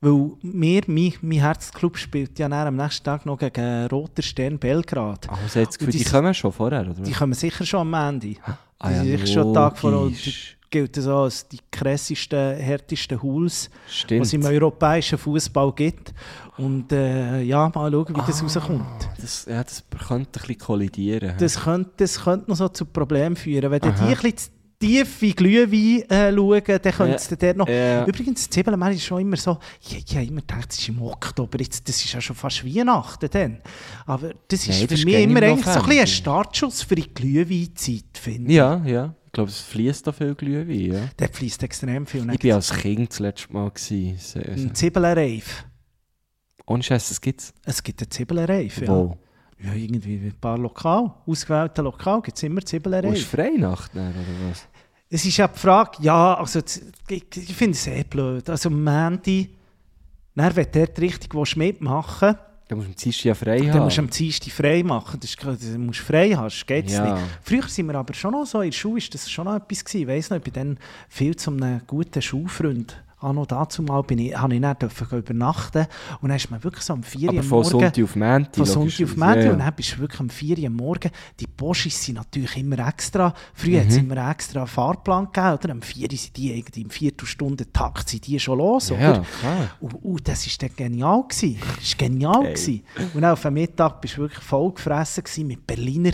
C: Weil mir, mein, mein Herzclub spielt ja dann am nächsten Tag noch gegen äh, Roter Stern Belgrad.
B: Aber sie Ah, hat das
C: Und
B: Gefühl, die,
C: die-
B: kommen schon vorher, oder?
C: Die kommen sicher schon am Ende.
B: Ah
C: die
B: ja,
C: sind sicher schon einen Tag vor uns.
B: logisch.
C: Gilt das auch als die krassesten, härtesten Hools, die
B: Stimmt.
C: es im europäischen Fußball gibt. Und äh, ja, mal schauen, wie das
B: Ah.
C: rauskommt.
B: Das, ja, das könnte ein bisschen kollidieren.
C: Das könnte, das könnte noch so zu Problemen führen. Wenn die
B: Aha.
C: ein bisschen zu tief in Glühwein äh, schauen, dann könnte es
B: Ja,
C: dort noch...
B: ja.
C: Übrigens, Zwiebelmehl ist schon immer so... Ich, ich habe immer gedacht, es ist im Oktober, jetzt, das ist ja schon fast Weihnachten dann. Aber das ist
B: Nein,
C: für
B: das ist
C: mich
B: gerne
C: immer
B: im
C: eigentlich so ein, bisschen
B: November.
C: ein Startschuss für die Glühweinzeit, finde ich.
B: ja, ja. Ich glaube, es fließt da viel Glühwein, ja.
C: Dort fließt extrem viel.
B: Ich war als Kind das letzte Mal. Gewesen. So- so-
C: Ein Zwiebelreif.
B: Ohne Scheiß, das gibt es.
C: Es gibt einen Zwiebelreif, ja.
B: Wo?
C: Ja, irgendwie ein paar Lokal, ausgewählte Lokal gibt es immer
B: Wo ist
C: Zwiebelreif.
B: Freinacht dann, oder was?
C: Es ist ja die Frage, ja, also das- ich, ich finde es sehr blöd. Also Mandy, dann, wenn du dort richtig willst mitmachen
B: Da musst du am Dienstag ja frei
C: dann musst du
B: haben.
C: am Dienstag frei machen. Das ist, klar, du musst frei haben, sonst geht es
B: Ja.
C: nicht. Früher sind wir aber schon noch so, in der Schule ist das schon noch etwas gewesen. Ich weiss noch, ich bin dann viel zu einem guten Schulfreund. An und dazu mal bin ich, habe ich dann dürfen gehen übernachten und dann ist man wirklich so am 4 Uhr
B: Aber
C: am
B: von
C: Morgen...
B: Sonntag auf Mänti.
C: Von Sonntag auf
B: logischerweise.
C: Montag
B: Ja,
C: und
B: ja.
C: dann bist du wirklich am 4 Uhr am Morgen. Die Boschis sind natürlich immer extra. Früher hat es
B: Mhm.
C: immer extra einen Fahrplan gegeben. Oder? Am 4 Uhr sind die irgendwie im Viertelstunden-Takt sind die schon los.
B: Ja,
C: oder?
B: klar.
C: Und, und das war dann genial. Gewesen. Das war genial.
B: Ey.
C: Gewesen. Und dann auf dem Mittag bist du wirklich voll gefressen gewesen mit Berliner.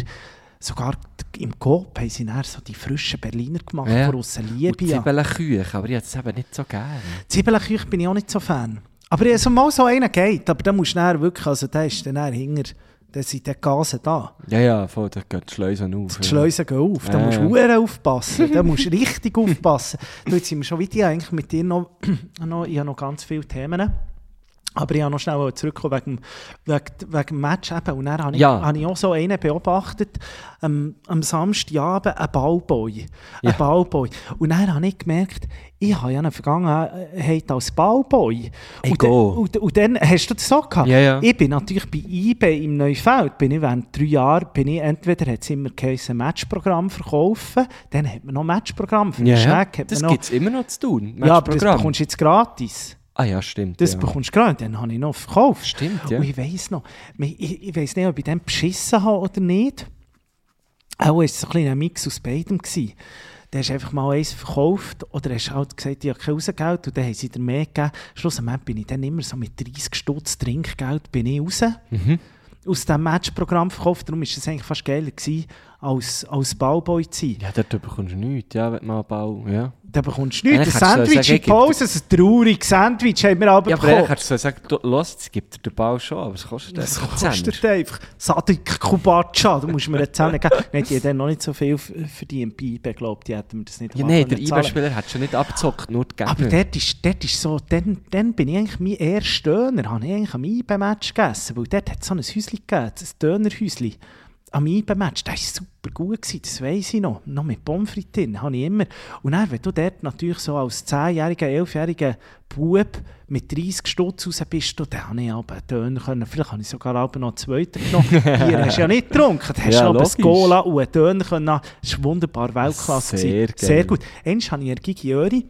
C: Sogar im Coop haben sie dann so die frischen Berliner gemacht,
B: Ja.
C: von aussen
B: Und
C: Liebe. ja.
B: Zwiebelenküche, aber ich hätte es eben nicht so gerne.
C: Zwiebelenküche bin ich auch nicht so Fan. Aber ich, also mal so einer geht, aber da musst du dann wirklich, also der ist dann dann hinter, da sind die Gase da.
B: Ja, ja, voll, da geht die Schleusen auf.
C: Die
B: ja.
C: Schleusen gehen auf, da
B: Ja,
C: musst
B: ja.
C: du ja. aufpassen,
B: <laughs>
C: da musst du richtig aufpassen. Du, jetzt sind wir schon wieder eigentlich mit dir noch, <clears throat> noch ich habe noch ganz viele Themen. Aber ich wollte noch schnell zurückkommen wegen, dem- wegen, wegen dem Match. Eben. Und dann habe ich,
B: Ja.
C: habe ich auch so einen beobachtet, ähm, am Samstagabend, ein Ballboy.
B: Ja.
C: Ein Ballboy. Und dann habe ich gemerkt, ich habe ja eine Vergangenheit als Ballboy.
B: Ey,
C: und, dann-
B: go.
C: und, und dann hast du das so gehabt.
B: Ja, ja.
C: Ich bin natürlich bei eBay im Neufeld, bin ich während drei Jahren, bin ich, entweder hat es immer geheißen, Matchprogramm verkaufen, dann hat man noch Matchprogramm für
B: Ja,
C: den
B: ja.
C: Schneck. Hat
B: Das
C: man noch,
B: gibt es immer noch zu tun.
C: ja, aber das
B: Matchprogramm.
C: bekommst du jetzt gratis.
B: Ah ja, stimmt.
C: Das
B: ja.
C: bekommst du gerade, dann habe ich noch verkauft.
B: Stimmt, ja.
C: Und ich weiss noch, ich, ich weiss nicht, ob ich den beschissen habe oder nicht. Auch war es so ein kleiner Mix aus beidem. Gewesen. Dann hast du einfach mal eins verkauft oder hast halt gesagt, ich habe kein Rausgeld und dann haben sie dir mehr gegeben. Schlussendlich bin ich dann immer so mit 30 Stutz Trinkgeld bin ich raus.
B: Mhm.
C: Aus diesem Matchprogramm verkauft, darum war es eigentlich fast geiler gewesen, als, als Ballboy zu sein.
B: Ja, dort bekommst du nichts, ja, wenn du mal Bau. Ja,
C: Da bekommst du
B: Eigentlich hättest
C: nichts. Ein
B: du
C: Sandwich
B: sagen,
C: in Pause, ein trauriges Sandwich haben wir aber
B: ja aber
C: bekommen.
B: ehrlich, hättest du sagen, du, los, es gibt dir den Bau schon, aber es kostet
C: Das
B: einfach einen
C: kostet
B: Zehner.
C: einfach. Sadik Kubatscha, da musst du mir eine
B: <laughs>
C: Zähne geben. Nein, die haben dann noch nicht so viel f- verdient bei IBE, glaubt, die hätten mir das nicht
B: Ja,
C: einmal
B: nein, der
C: können zahlen.
B: IBA-Spieler hat schon nicht abgezockt, nur die Gegner.
C: Aber dort ist, dort ist so, dann, dann bin ich eigentlich mein erster Döner, habe ich eigentlich am IBE-Match gegessen, weil dort hat es so ein Häuschen gegeben, ein Dönerhäuschen. Am IBE-Match, das war super gut, gewesen, das weiss ich noch. Noch mit Pommes frites drin, habe ich immer. Und dann, wenn du dort natürlich so als 10-jähriger, 11-jähriger Bub mit 30 Stutz raus bist, du, dann habe ich aber einen Döner können. Vielleicht habe ich sogar aber noch einen zweiten
B: <laughs>
C: genommen. Hier hast du ja nicht getrunken, da hast
B: Ja,
C: du aber
B: logisch.
C: einen Cola und einen Döner können. Das war wunderbar, Weltklasse.
B: Sehr
C: gewesen. Sehr
B: geil.
C: gut. Einst habe ich einen Gigiöri.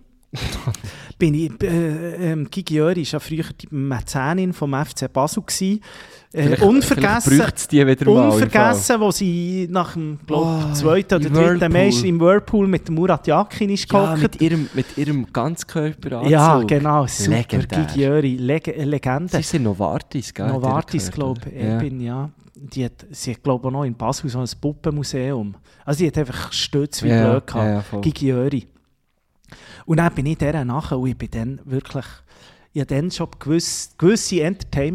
C: bin ich, äh, ähm, Gigi Jöri war ja früher die Mäzenin vom FC Basel. Gewesen. Äh,
B: Vielleicht-
C: unvergessen,
B: vielleicht bräucht's die wieder mal im
C: unvergessen wo sie nach dem glaub,
B: Oh,
C: zweiten oder
B: im
C: dritten
B: Whirlpool.
C: Meister im Whirlpool mit dem Murat Yakin ist
B: Ja,
C: gehockt.
B: mit ihrem, mit ihrem Ganzkörperanzug.
C: Ja, genau. Super,
B: Legendär.
C: Gigi Jöri, Leg äh,
B: Sie
C: Legende.
B: ist in Novartis, gell?
C: Novartis, glaube ich,
B: ich. Ja.
C: eben, ja. Die hat, sie hat, glaube ich, noch in Basel so ein Puppenmuseum. Also sie hat einfach Stütz wie
B: Ja,
C: blöd gehabt.
B: ja, ja, voll.
C: Gigi Jöri. Und dann bin ich der nachher und ich bin dann wirklich... Ich hatte dann schon gewisse, gewisse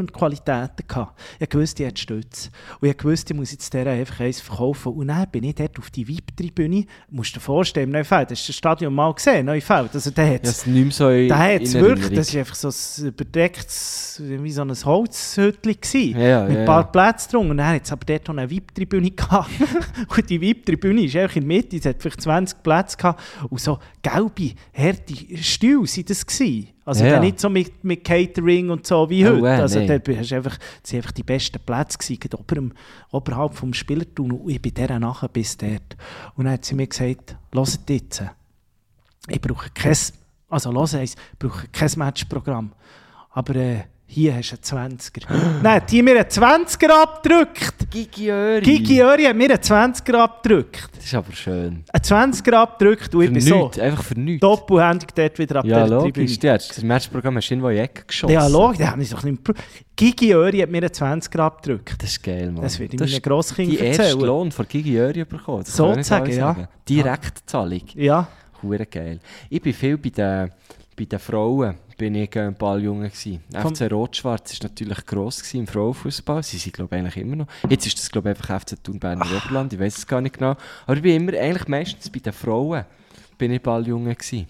C: Entertainment-Qualitäten. gehabt. Ich wusste, ich hat Stütz. Und ich wusste, ich muss jetzt der einfach eins verkaufen. Und dann bin ich dort auf die VIP-Tribüne. Musst du dir vorstellen, im Neufeld, hast du das Stadion mal gesehen, Neufeld? Also der hat
B: Ja, es nimmt so in,
C: da hat
B: Äh, in
C: es
B: Erinnerung.
C: wirklich, das war einfach so ein überdecktes, wie so ein Holzhütchen gewesen,
B: Ja,
C: mit
B: ja,
C: ein paar
B: ja.
C: Plätzen drin. Und dann hat es aber dort noch eine VIP-Tribüne <laughs> gehabt. und die VIP-Tribüne ist einfach in der Mitte, es hat vielleicht 20 Plätze gehabt. Und so gelbe, harte Stühle waren das. Gewesen. Also
B: Ja,
C: dann
B: ja.
C: nicht so mit, mit Catering und so wie
B: Oh,
C: heute.
B: äh,
C: also
B: nein.
C: dort hast du einfach, das waren einfach die besten Plätze, gewesen, gerade ober dem, oberhalb vom Spielertunnel. Und ich bin der nachher bis dort. Und dann hat sie mir gesagt, «Hört jetzt.» ich brauche kein, also los eins, ich brauche kein Matchprogramm. Aber äh, hier hast du einen
B: <gasps>
C: 20er. Nein, die haben mir einen 20er abgedrückt.
B: Gigi Öri.
C: Gigi Öri hat mir einen 20er abgedrückt.
B: Das ist aber schön.
C: Einen 20er abgedrückt und
B: Für
C: ich bin so
B: nichts, einfach für nichts.
C: doppelhändig dort wieder ab
B: Ja,
C: der
B: logisch.
C: Tribüne.
B: Du hast das Matchprogramm hast du irgendwo in die Ecke geschossen.
C: Ja, logisch, den habe ich doch nicht mehr gebraucht. Gigi Öri hat mir einen 20er abgedrückt.
B: Das ist geil, Mann.
C: Das würde ich
B: Das
C: meinen
B: ist
C: Grosskindern
B: Die erste
C: erzählen.
B: Lohn von Gigi Öri bekommen. Das
C: So
B: kann ich nicht
C: sagen,
B: alles
C: ja.
B: sagen. Direktzahlung.
C: Ja,
B: Hure geil. Ich bin viel bei den, bei den Frauen, bin ich äh, ein paar Jungen gsi.
C: Komm.
B: FC Rot-Schwarz war natürlich gross gsi im Frauenfußball. Sie sind, glaube ich, eigentlich immer noch. Jetzt ist das, glaube ich, einfach FC Thun Berner
C: Ah.
B: Oberland. Ich weiß es gar nicht genau. Aber ich bin immer, eigentlich meistens bei den Frauen, bin ich Balljunge gsi.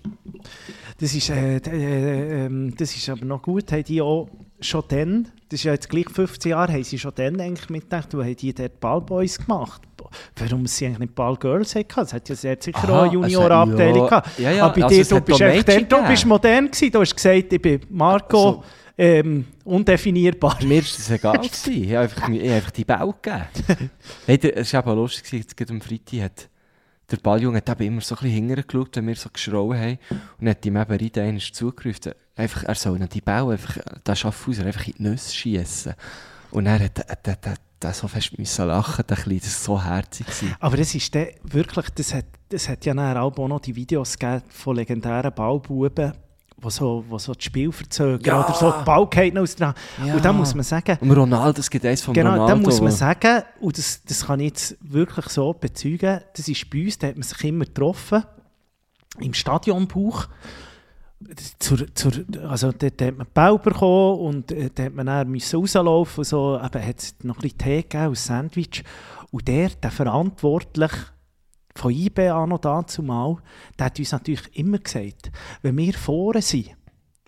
C: das ist, äh, d- äh, ähm, das ist aber noch gut, haben die auch schon dann, das ist ja jetzt gleich 15 Jahre, haben sie schon dann eigentlich mitgedacht, wo haben die dort Ballboys gemacht? Bo- Warum sie eigentlich nicht Ballgirls hatten? Es hat ja sehr sicher
B: Aha,
C: auch eine
B: also,
C: Juniorenabteilung
B: ja.
C: gehabt.
B: Ja, ja,
C: aber bei
B: also
C: dir,
B: es
C: du
B: hat
C: bist,
B: auch
C: echt
B: Mädchen
C: dann, du bist
B: gegeben.
C: modern gewesen, du hast gesagt, ich bin Marco,
B: Also-
C: ähm, undefinierbar.
B: Mir ist das egal gewesen. Ich habe einfach, ich habe einfach die Bälle gegeben. <laughs> Hey, der- es war aber lustig, gewesen, jetzt gerade am Freitag hat der Balljunge hat eben immer so ein bisschen hinterher geschaut, wenn wir so geschrauen haben. Und hat ihm eben Reid einmal zugerufen, einfach, er soll noch die Bälle, einfach, den Schaffhauser einfach in die Nüsse schiessen. Und er hat, hat, hat, hat, hat so fest müssen lachen, der Kleine, das war so herzig. Gewesen.
C: Aber es ist dann wirklich, das hat, das hat ja nachher auch noch die Videos gegeben von legendären Ballbuben, die so, wo so das Spiel verzögern oder so die Ballketten aus der Hand. Und da muss man sagen,
B: Und Ronaldo, es gibt eins von
C: genau,
B: Ronaldo.
C: da muss man
B: wo-
C: sagen, und das, das kann ich jetzt wirklich so bezeugen, das ist bei uns, da hat man sich immer getroffen, im Stadionbuch. Zur, zur, also dort hat man die Bälle bekommen und äh, dort hat man dann müssen rauslaufen und so. Eben hat es noch ein bisschen Tee gegeben, ein Sandwich. Und der, der verantwortlich von IB an und dazu mal, der hat uns natürlich immer gesagt, wenn wir vorne sind,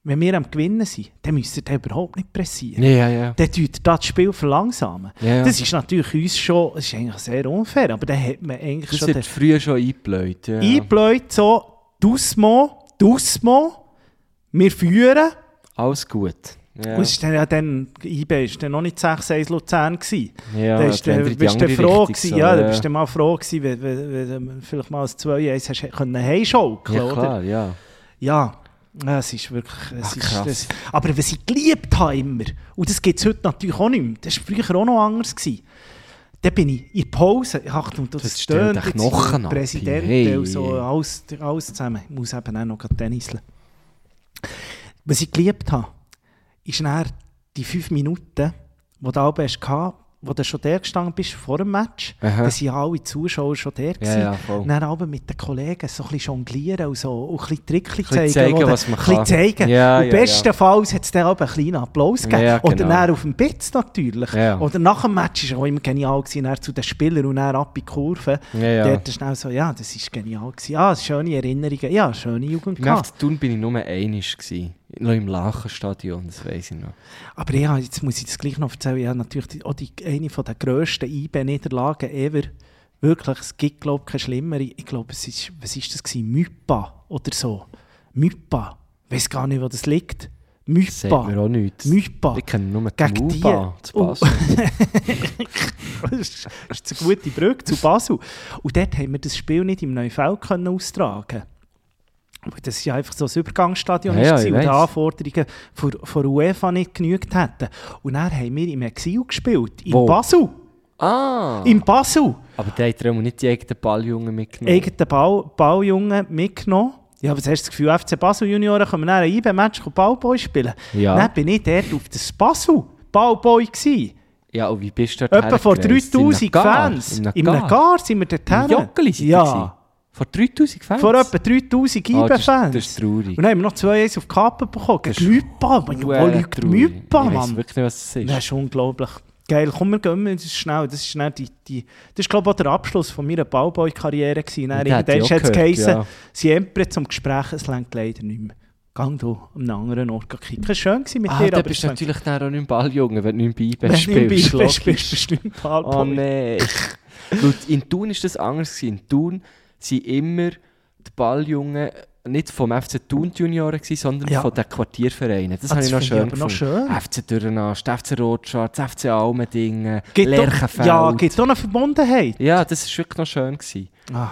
C: wenn wir am Gewinnen sind, dann müsst ihr den überhaupt nicht pressieren
B: Ja, ja, ja.
C: dann tut das Spiel verlangsamen.
B: Ja, ja.
C: Das ist natürlich uns schon, das ist eigentlich sehr unfair, aber dann hat man eigentlich
B: Das
C: schon
B: wird
C: den
B: früher schon eingebläut. Ja.
C: eingebläut, so, Dusmo, Dusmo, wir führen.
B: Alles gut. Ja.
C: Und es ist dann, ja, dann, IB ist dann noch nicht 6-1 Luzern gewesen.
B: Ja,
C: da ist
B: wenn
C: dann-
B: ihr in die
C: bist du
B: andere
C: froh
B: Richtung
C: gewesen,
B: so,
C: ja, da
B: ja.
C: bist du mal froh gewesen, wenn, wenn, wenn, du vielleicht mal ein 2-1 hast können heimschaukeln,
B: Ja,
C: oder?
B: klar, ja.
C: Ja, ja, es ist wirklich. Es
B: Ach,
C: ist,
B: Ah, krass.
C: das, aber was ich geliebt habe immer, und das gibt es heute natürlich auch nicht mehr, das war früher auch noch anders. Gewesen. Dann bin ich in der Pause, Achtung, das,
B: Das stellt den
C: jetzt,
B: Knochen ab,
C: Präsident
B: hey.
C: und so, alles, alles zusammen. Ich muss eben auch noch Tenniseln. Was ich geliebt habe, ist dann die fünf Minuten, die du oben hast, wo du schon da gestanden bist vor dem Match,
B: Aha.
C: da sind alle Zuschauer schon da gewesen.
B: ja, voll.
C: dann aber mit den Kollegen so ein bisschen jonglieren und so, und ein bisschen Trickchen
B: bisschen
C: zeigen,
B: zeigen,
C: wo du-
B: was man
C: ein bisschen
B: kann.
C: Zeigen.
B: Ja,
C: und
B: ja,
C: bestenfalls hat es dann auch einen kleinen Applaus gegeben.
B: Ja,
C: Oder
B: genau.
C: dann auf dem Pitz natürlich.
B: Ja.
C: Oder nach dem Match war auch immer genial, gewesen, dann zu den Spielern und dann ab in die Kurve.
B: Ja, ja.
C: Dort schnell so, ja, das war genial. Gewesen. Ja, schöne Erinnerungen, Ah, ja, schöne Jugend
B: Im
C: gehabt.
B: FC Thun bin ich nur einisch gsi. Noch im Lachenstadion, das weiss ich noch.
C: Aber ja, jetzt muss ich das gleich noch erzählen, ja, natürlich die, auch die, eine von der grössten IB-Niederlagen ever. Wirklich, es gibt, glaube ich, keine schlimmere. Ich glaube, es ist, was ist das gewesen? Mypa oder so. Mypa. Ich weiß gar nicht, wo das liegt.
B: Das sagt mir
C: Mypa.
B: auch nichts.
C: Mypa.
B: Ich kenne nur die
C: Gegen die- Oh.
B: Muba zu Basel.
C: <laughs> das ist das ist eine gute Brücke zu Basel. Und dort haben wir das Spiel nicht im Neufeld können austragen. Weil Das ist ja einfach so ein Übergangsstadion,
B: Ja,
C: ist
B: ja,
C: gewesen,
B: ich
C: wo die
B: weiss.
C: Anforderungen von, von UEFA nicht genügt hätten. Und dann haben wir im Exil gespielt. In
B: Wo?
C: Basel.
B: Ah!
C: In Basel.
B: Aber der hat darum nicht die eigenen Balljungen mitgenommen.
C: Eigenen Ball, Balljungen mitgenommen. Ich habe zuerst das Gefühl, FC Basel Junioren können dann ein IB-Match Ballboy spielen.
B: Ja.
C: Dann bin ich dort auf das Basel Ballboy gewesen.
B: ja, und wie bist du dort
C: Etwa vor
B: hergereist?
C: 3000
B: In einem Gar?
C: Fans.
B: In einem
C: In einem
B: Gar?
C: Gar sind wir dort
B: Im Joggeli seid ihr gewesen?
C: Ja.
B: Vor 3000 Fans?
C: Vor etwa 3000
B: Ah, das ist-
C: IB-Fans.
B: das ist traurig.
C: Und dann haben wir noch 2-1 auf die Kappe bekommen.
B: Das
C: Gegen
B: ist
C: Müpa. Oh, Wo
B: Huere
C: liegt
B: traurig.
C: Müpa,
B: Ich weiss
C: Mann?
B: wirklich nicht, was es ist.
C: Das ist unglaublich. Geil, komm, wir gehen, das ist schnell, das ist schnell die, die, das ist glaube ich auch der Abschluss von meiner Ballboy-Karriere gewesen. Dann
B: Den hätte ich
C: Irgendwann
B: auch
C: hat es
B: gehört,
C: geheissen,
B: ja.
C: Siempre zum Gespräch, es längt leider nicht mehr. Gang du, an einen anderen Ort kicken. Es war schön gewesen mit
B: ah,
C: dir,
B: dann
C: aber
B: bist
C: es
B: du
C: längt-
B: natürlich dann auch nicht im Balljungen, wenn du nicht im Beiben
C: wenn du im
B: spielst.
C: Beispiel
B: logisch.
C: spielst, bist du nicht
B: Oh
C: Ballboy.
B: nein. Weil in Thun war das anders. gewesen. In Thun waren immer die Balljungen nicht vom FC Thun die Junioren, gewesen, sondern
C: Ja.
B: von den Quartiervereinen. Das,
C: Ah,
B: habe
C: das
B: ich noch
C: finde ich
B: schön
C: aber noch
B: gefunden. FC Dürrenast, FC Rotschwarz, FC Almendingen,
C: Gibt doch-
B: Lerchenfeld.
C: Ja, gibt auch eine Verbundenheit.
B: Ja, das war wirklich noch schön. Gewesen.
C: Ah.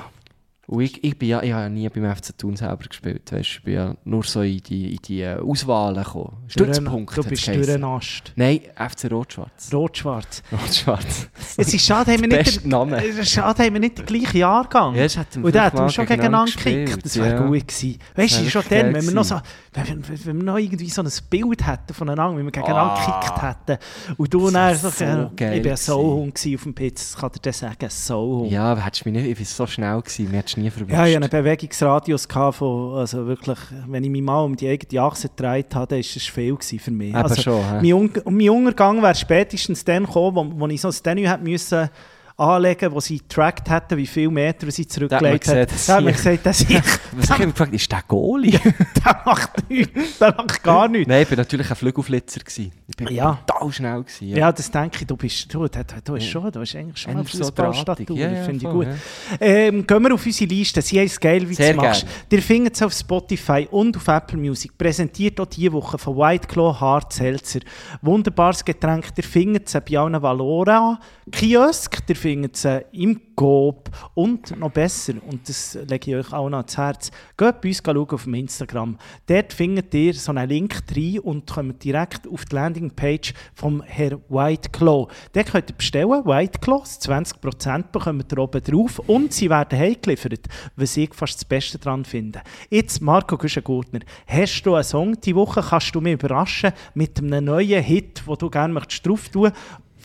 B: Und ich, ich, bin ja, ich habe ja nie beim FC Thun selber gespielt. Weißt, ich bin ja nur so in die, in die äh, Auswahlen gekommen. Stützpunkt
C: Du
B: hat's
C: bist
B: geheissen.
C: Dürrenast.
B: Nein, FC Rot-Schwarz.
C: Rot-Schwarz.
B: Rot-Schwarz.
C: <laughs> Es ist schade, haben wir
B: Der
C: nicht,
B: beste Name.
C: es ist schade, haben wir nicht den gleichen Jahrgang.
B: Ja, das hätten wir
C: Und
B: vielleicht
C: da hätten wir
B: mal
C: schon
B: gegeneinander
C: gegeneinander gekickt.
B: gespielt,
C: Das wäre
B: ja.
C: gut gewesen. Weißt du,
B: Das
C: schon
B: wär
C: dann,
B: geil
C: wenn wir, noch so, wenn, wir, wenn wir noch irgendwie so ein Bild hätten voneinander, wenn wir gegeneinander gekickt hätten. Und du
B: Ah. Das
C: dann
B: wär
C: so,
B: so geil
C: ich bin
B: gewesen.
C: so hung auf dem Pitz, das kann dir dann sagen, so hung.
B: Ja, aber hättest du mich nicht, ich war so schnell, gewesen, mir hättest du nie vermisst.
C: Oh. Ja, ich hatte einen Bewegungsradius gehabt von, also wirklich, wenn ich mich mal um die eigene Achse gedreht habe, dann ist es viel gewesen für mich.
B: Eben
C: also,
B: schon, hä?
C: mein, Un mein Untergang wäre spätestens dann gekommen, wo, wo ich so ein Stenü hätte müssen anlegen, wo sie getrackt hätten, wie viele Meter sie
B: Da hat man
C: zurückgelegt
B: gesehen,
C: hat.
B: dass
C: Da hat man
B: sie-
C: gesagt, dass <laughs> ich,
B: Was ich mich gefragt, ist der
C: <laughs>
B: Goalie?
C: der macht nichts, der macht gar nichts.
B: Nein, ich war natürlich ein Flügelflitzer. Gewesen. Ich war
C: Ja.
B: total schnell. Gewesen,
C: Ja. das denke ich, du bist, du, du, du, du, hast schon, du hast eigentlich schon mal
B: Ändert so
C: Fußballstatur,
B: drahtig. Ja, ja,
C: finde ich
B: voll,
C: gut.
B: ja.
C: Ähm, gehen wir auf unsere Liste, sie heisst «Geil, wie du
B: Sehr
C: machst».
B: gerne.
C: Ihr findet es auf Spotify und auf Apple Music, präsentiert auch diese Woche von White Claw Hard Seltzer. Wunderbares Getränk, ihr findet es bei allen Valora Kiosk, ihr findet es im Coop und noch besser, und das lege ich euch auch noch ans Herz, geht bei uns schauen auf dem Instagram. Dort findet ihr so einen Link rein und kommt direkt auf die Landingpage vom Herr White Claw. Dort könnt ihr bestellen, White Claws, 20% bekommt ihr oben drauf und sie werden heimgeliefert, was ich fast das Beste daran finde. Jetzt, Marco Güschen-Gurtner, hast du einen Song diese Woche, kannst du mich überraschen mit einem neuen Hit, den du gerne möchtest drauf tun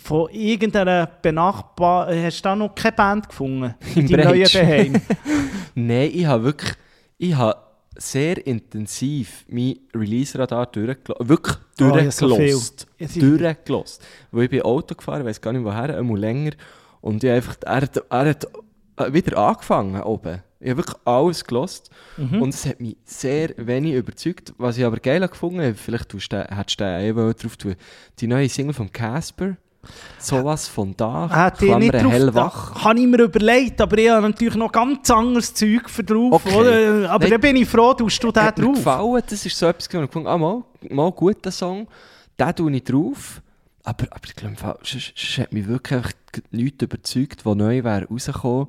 C: von irgendeiner Benachbar... äh, Hast du da noch keine Band gefunden?
B: <laughs> Im
C: Die neue
B: Breitsch. <laughs>
C: Daheim.
B: Nein, ich habe wirklich ich habe sehr intensiv mein Release-Radar durchgelost. Wirklich
C: Oh, ich habe so
B: durchgelost.
C: viel. Es ist-
B: durchgelost. Weil ich bin Auto gefahren, weiß gar nicht woher, einmal länger. Und ich habe einfach, er, hat- er hat äh, wieder angefangen oben. Ich habe wirklich alles gelost.
C: Mhm.
B: Und es hat mich sehr wenig überzeugt. Was ich aber geil gefunden habe, vielleicht tust du, den- hättest du den auch drauf tun. Die neue Single von Casper. Sowas von da.
C: Hätte ich nicht
B: Klammer,
C: drauf
B: hellwach.
C: gedacht. Habe ich mir überlegt, aber ich habe natürlich noch ganz anderes Zeug für drauf.
B: Okay.
C: Oder? Aber
B: Nein.
C: dann bin ich froh, tust du den
B: hat mir
C: drauf.
B: gefallen. Das ist so etwas, wo ich gefunden habe, ah, mal, mal gut, der Song. Den tue ich drauf. Aber, aber ich glaube, im Fall- sonst- sonst hat mich wirklich einfach g- nichts überzeugt, was neu wäre rausgekommen.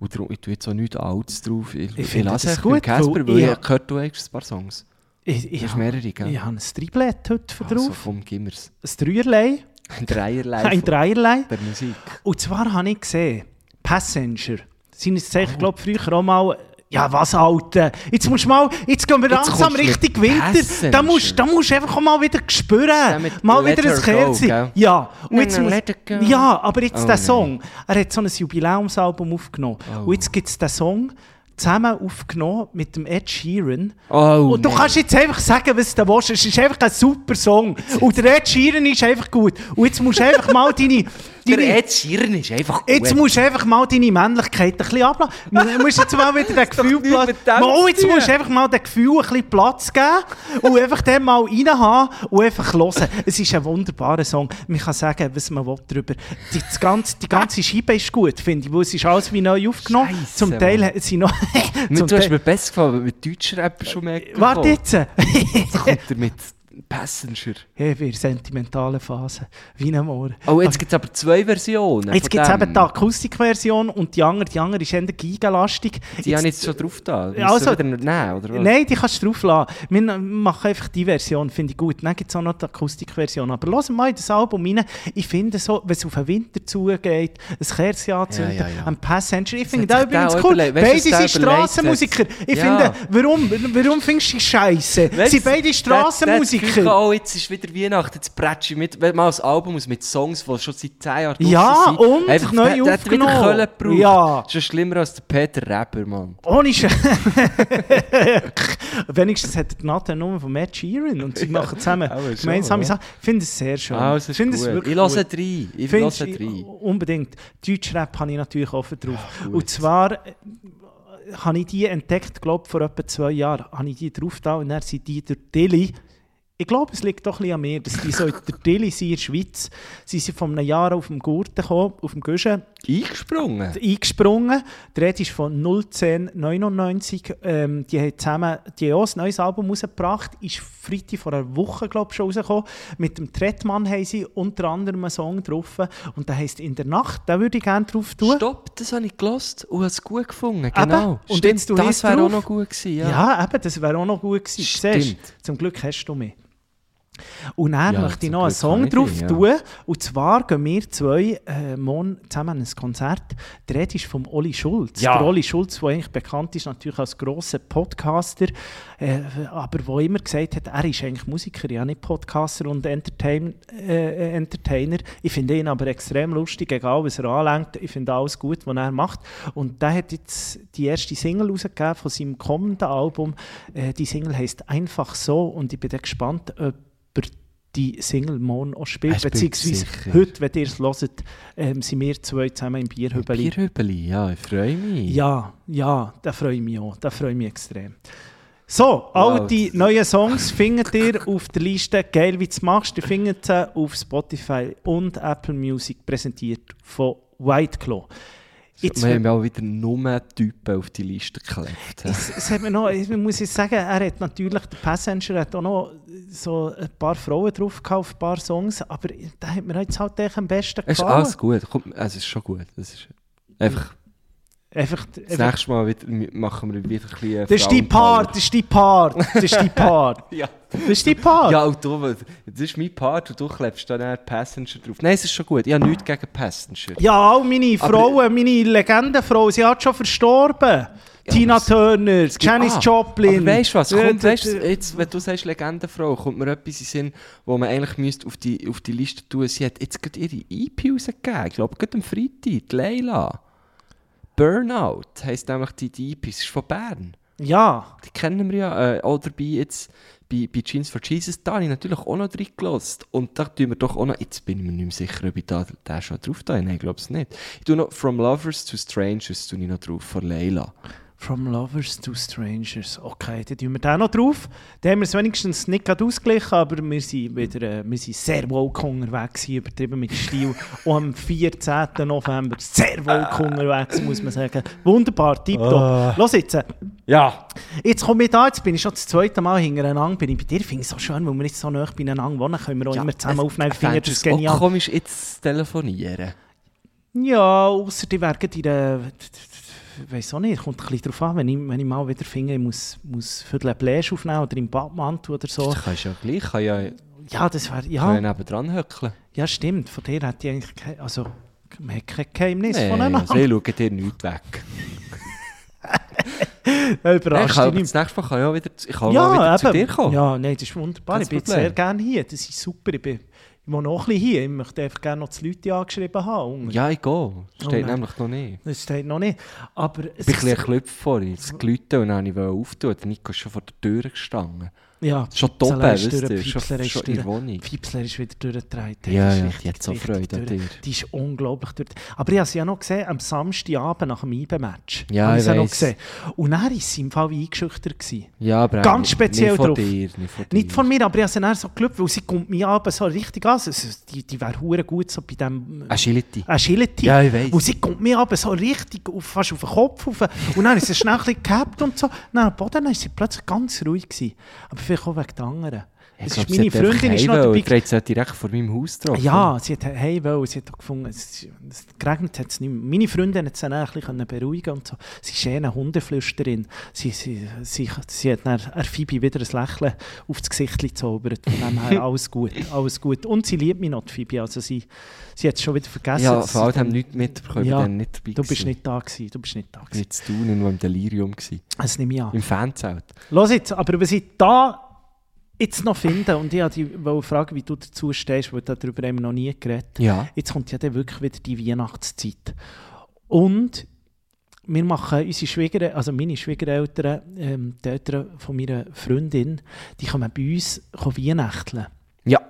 B: Und darum, ich tue jetzt auch nichts Altes drauf. Ich,
C: Ich finde
B: lasse
C: das
B: echt beim
C: gut, weil
B: Casper, weil
C: ich-
B: ich habe gehört, du hast ein paar Songs.
C: Ich, ich,
B: Du hast
C: habe-
B: mehrere, gell?
C: ich habe ein Triplett heute für
B: Also
C: drauf.
B: vom Gimmers. <laughs> Ein
C: Ein Dreierlei,
B: Dreierlei
C: ein
B: von
C: Dreierlei.
B: der Musik.
C: Und zwar habe ich gesehen, Passenger. Sind es ich glaube früher auch mal. Ja, was Alter? Jetzt musst du mal, jetzt gehen wir
B: Jetzt
C: langsam
B: kommst du mit
C: richtig Winter.
B: Passenger.
C: Da musst, da musst du einfach auch mal wieder spüren.
B: mit
C: Mal
B: Let
C: wieder ein
B: Her Go,
C: Kerzen.
B: gell?
C: Ja. Und
B: Na,
C: jetzt
B: na,
C: muss,
B: let it go.
C: ja, aber jetzt
B: Oh,
C: der
B: nein.
C: Song. Er hat so ein Jubiläumsalbum aufgenommen.
B: Oh.
C: Und jetzt gibt es den Song zusammen aufgenommen mit dem Ed Sheeran.
B: Oh,
C: Und du
B: nein.
C: kannst jetzt einfach sagen, was du willst. Es ist einfach ein super Song. Und der Ed Sheeran ist einfach gut. Und jetzt musst du einfach mal deine... deine
B: Der Ed Sheeran ist einfach
C: Jetzt
B: gut.
C: musst du einfach mal deine Männlichkeit ein
B: <laughs>
C: bisschen ablassen. Du musst jetzt mal wieder den Gefühl
B: nichts
C: Platz...
B: mit dem
C: Mal, jetzt
B: zu tun.
C: musst du einfach mal den Gefühl ein bisschen Platz geben und einfach den mal reinhaben und einfach hören. Es ist ein wunderbarer Song. Man kann sagen, was man will darüber. Die, das ganze, die ganze Scheibe ist gut, finde ich, weil es ist alles wie neu aufgenommen.
B: Scheisse,
C: zum Teil
B: Mann.
C: hat- sind noch... <laughs>
B: Mit-
C: zum
B: du hast
C: Teil,
B: mir besser gefallen, weil mit deutschen Rapper schon mehr
C: warte jetzt! <laughs>
B: Jetzt kommt er mit Passenger.
C: Hey, wir sentimentale Phase. Wie am Ohr.
B: Oh, jetzt gibt es aber zwei Versionen.
C: Jetzt
B: von
C: gibt es
B: dem.
C: eben die Akustikversion und die andere, die andere ist eher gigalastig.
B: Die haben jetzt schon drauf da.
C: Ja,
B: Also,
C: also-
B: wieder nicht nehmen, oder was?
C: Nein, die kannst du drauf lassen. Wir machen einfach die Version, finde ich gut. Dann gibt es auch noch die Akustikversion. Aber lass mal in das Album rein. Ich finde so, wenn es auf den Winter zugeht, ein Kerzen anzünden,
B: Ja, ja, ja.
C: ein Passenger. Ich finde
B: hat
C: das
B: sich der
C: übrigens
B: auch
C: cool.
B: überlegt. Weißt du,
C: Beide
B: was der
C: sind
B: überlegt hat?
C: Strassenmusiker. Ich
B: Ja.
C: finde, warum, warum findest du die Scheiße?
B: Weißt
C: Sie sind
B: du, das- das- das
C: beide
B: Gefühl,
C: Strassenmusiker.
B: Oh, jetzt ist wieder Weihnachten, jetzt prätsch ich mit, wenn mal ein Album aus mit Songs, die schon seit 10 Jahren
C: Ja,
B: draussen
C: und neu
B: der- der hat wieder
C: aufgenommen.
B: Köln gebraucht.
C: Ja.
B: Das ist ja schlimmer als der Peter Rapper, Mann.
C: Ohne Sch <laughs> Wenigstens hat die Nathan Nummer von Matt Sheeran und sie machen zusammen
B: Auch schon,
C: gemeinsame
B: ja.
C: Sachen. Ich finde es sehr schön.
B: Ah, es ist
C: ich finde es
B: gut.
C: wirklich
B: Ich
C: gut.
B: höre drei. Ich
C: Findest
B: höre
C: du-
B: drei.
C: Unbedingt. Deutschrap habe ich natürlich offen drauf. und zwar äh, habe ich die entdeckt, glaube vor etwa zwei Jahren, habe ich die drauf da und dann sind die durch Dili. Ich glaube, es liegt doch ein bisschen an mir, dass die so in der Dili sind in der Schweiz. Sie sind vor einem Jahr auf dem Gurten gekommen, auf dem Guschen
B: Eingesprungen.
C: eingesprungen. Die Rede ist von 01099. Ähm, die haben zusammen die haben auch ein neues Album rausgebracht. Ist Freitag vor einer Woche, glaube ich, schon rausgekommen. Mit dem Tretmann haben sie unter anderem einen Song drauf. Und der heisst «In der Nacht». Den würde ich gerne drauf tun.
B: Stopp, das habe ich gelost und habe es gut gefunden. Genau.
C: Und
B: Stimmt,
C: jetzt du
B: das
C: hast
B: wäre auch
C: drauf.
B: noch gut gewesen.
C: Ja.
B: Ja.
C: eben, das wäre auch noch gut gewesen.
B: Stimmt.
C: Siehst, du, zum Glück hast du mich. Und dann
B: Ja,
C: möchte
B: zum
C: ich noch einen
B: Glück
C: Song
B: habe ich
C: drauf
B: dich, ja.
C: tun. Und zwar gehen wir zwei äh, morgen zusammen an ein Konzert. Die Rede ist vom Oli Schulz.
B: Ja.
C: Der Oli Schulz, der eigentlich bekannt ist natürlich als grosser Podcaster, äh, aber wo immer gesagt hat, er ist eigentlich Musiker, ja nicht Podcaster und Entertain, äh, äh, Entertainer. Ich finde ihn aber extrem lustig, egal was er anlenkt. Ich finde alles gut, was er macht. Und der hat jetzt die erste Single rausgegeben von seinem kommenden Album. Äh, die Single heißt «Einfach so» und ich bin dann gespannt, ob er die Single morgen auch spielt,
B: Er spielt
C: beziehungsweise
B: sicher.
C: heute, wenn ihr es hört, ähm, sind wir zwei zusammen im Bierhübeli.
B: Bierhübeli, ja, ich freue mich.
C: Ja, ja, da freue ich mich auch. Da freue ich mich extrem. So, all
B: Wow.
C: die neuen Songs findet ihr auf der Liste «Geil, wie du's machst». Ihr findet sie auf Spotify und Apple Music, präsentiert von White Claw. Jetzt,
B: Wir <laughs> haben ja auch wieder nur Typen auf die Liste geklebt.
C: es, es hat mir noch, ich muss jetzt sagen, er hat natürlich, der Passenger hat auch noch so ein paar Frauen drauf gehabt, auf ein paar Songs, aber da hat mir jetzt halt echt am besten
B: Es ist
C: gefallen.
B: alles gut. Komm, äh, es ist schon gut. Es ist einfach,
C: Einfach,
B: das
C: einfach,
B: nächste Mal wieder, machen wir wieder ein bisschen.
C: das ist dein Part, das ist dein Part, das ist dein
B: <laughs>
C: Part,
B: Ja.
C: das ist dein Part.
B: Ja, und du, das ist mein Part und du klebst dann eher Passenger drauf. Nein, es ist schon gut. Ich habe nichts gegen Passenger.
C: Ja, all meine
B: Aber-
C: Frauen, meine Legendenfrauen, sie hat schon verstorben. Tina
B: aber-
C: Turner, Janis
B: Ah,
C: Joplin.
B: Aber weißt du was?
C: Äh,
B: Kommt,
C: d-
B: weißt,
C: d-
B: du, jetzt, wenn du sagst Legendenfrau, kommt mir etwas in den Sinn, wo man eigentlich müsste auf, die, auf die Liste tun Sie hat jetzt gerade ihre EP rausgegeben. Ich glaube, gerade am Freitag. Die Leila. Burnout heisst nämlich die, die EP. Es ist von Bern.
C: Ja,
B: Die kennen wir ja. Äh, oder bei, jetzt, bei, bei Jeans for Jesus, da habe ich natürlich auch noch drin gelost. Und da tun wir doch auch noch, jetzt bin ich mir nicht mehr sicher, ob ich da, da schon drauf da Nein, ich glaube es nicht. Ich tue noch From Lovers to Strangers tue ich noch drauf von Leila.
C: From Lovers to Strangers. Okay, dann tun wir den noch drauf. Dann haben wir es wenigstens nicht gerade ausgeglichen, aber wir sind, wieder, äh, wir sind sehr woke unterwegs hier, übertrieben mit Stil. Und am 14. November sehr woke unterwegs, muss man sagen. Wunderbar, tipptopp. Los jetzt. äh,
B: Ja!
C: Jetzt komme ich da, jetzt bin ich schon das zweite Mal hintereinander. Bin ich bei dir, finde ich so schön, weil wir jetzt so nah beieinander wohnen, können wir auch immer zusammen aufnehmen. Ich finde das
B: Auch
C: genial.
B: komisch, jetzt zu telefonieren.
C: Ja, außer die werden in der. Ich weiß auch nicht, kommt ein bisschen drauf an, wenn ich, wenn ich mal wieder finde, ich muss, muss für den Bläsch aufnehmen oder im Badmantel oder so.
B: Das kannst du ja gleich, kann ja,
C: Ja, das wäre.
B: kann ja
C: Ja,
B: nebendran höckeln.
C: ja, stimmt. Von dir hätte ich eigentlich kein. Also, man hat kein Geheimnis
B: Nein, also
C: voneinander.
B: ich schaue dir nichts weg.
C: Ja,
B: Nein, ich
C: <laughs> Überrascht
B: kann,
C: dich
B: aber das
C: nicht.
B: nächste Mal kann ich auch wieder, zu- ich kann auch wieder zu dir kommen.
C: Ja, nein, das ist wunderbar.
B: Kein
C: ich bin jetzt
B: Problem.
C: sehr gerne hier. Das ist super. Ich, bin, ich wohne auch ein bisschen hier. Ich möchte einfach gerne noch die Leute angeschrieben haben.
B: Ja, ich gehe. Das
C: Oh
B: steht
C: nein.
B: nämlich noch nicht.
C: Das steht noch nicht. Aber es
B: Ich bin ein bisschen erklüpft vorhin. Es geläutet und dann wollte ich auftun. Der Nico ist schon vor der Tür gestanden.
C: ja,
B: Schon
C: Piepsler
B: doppelt,
C: ist
B: weißt
C: durch,
B: du, schon-
C: Piepsler ist
B: schon in
C: durch.
B: Wohnung.
C: Piepsler ist wieder durchgedreht. Hey,
B: Ja,
C: das
B: ja,
C: ist
B: die
C: richtig,
B: hat so
C: richtig
B: Freude an
C: durch.
B: dir.
C: Die ist unglaublich durch. Aber ich habe sie ja noch gesehen, am Samstagabend nach dem IBE-Match.
B: Ja,
C: habe ich
B: ich
C: sie noch
B: weiss.
C: gesehen. Und er war sie im Fall eingeschüchtert. Gewesen.
B: Ja, aber
C: Ganz speziell
B: nicht von
C: drauf.
B: Dir, nicht von dir.
C: Nicht von mir, aber ich habe sie dann so geglückt, weil sie kommt mir aber so richtig an. Also, die die wäre hure gut so bei dem...
B: Ah, Agility.
C: Agility.
B: Ja, ich weiss.
C: Und sie kommt mir aber so richtig auf, fast auf den Kopf rauf. Und dann ist sie schnell ein bisschen gehabt und so. Dann am Boden dann ist sie plötzlich ganz ruhig gewesen. Aber vielleicht auch wegen der anderen. Es ist, meine Freundin ist noch dabei.
B: Ich drehe jetzt direkt vor meinem Haus drauf.
C: Ja, sie hat hey, weil sie hat auch gefunden, es, es geregnet hat es nicht mehr. Meine Freundin hat sie dann ein bisschen beruhigen und so. Sie ist eh eine Hundeflüsterin. Sie, sie, sie, sie hat dann der Phoebe wieder ein Lächeln auf das Gesicht gezaubert. Von dem
B: <laughs>
C: her alles gut, alles gut. Und sie liebt mich noch, die Phoebe. Also sie, sie hat es schon wieder vergessen.
B: Ja,
C: dass
B: vor allem
C: sie-
B: haben nicht mitbekommen,
C: Ja,
B: ja, nicht dabei
C: Du bist
B: gewesen.
C: nicht da gewesen, du bist nicht da gewesen.
B: Jetzt tun und nur im Delirium gewesen.
C: Das nehme ich an.
B: Im Fanzelt.
C: Los jetzt, aber was ich da jetzt noch finde, und ich wollte dich wollte fragen, wie du dazu stehst, weil da darüber haben wir noch nie geredet.
B: Ja.
C: Jetzt kommt ja dann wirklich wieder die Weihnachtszeit. Und wir machen unsere Schwieger, also meine Schwiegereltern, ähm, die Eltern von meiner Freundin, die kommen bei uns kommen Weihnachten.
B: Ja.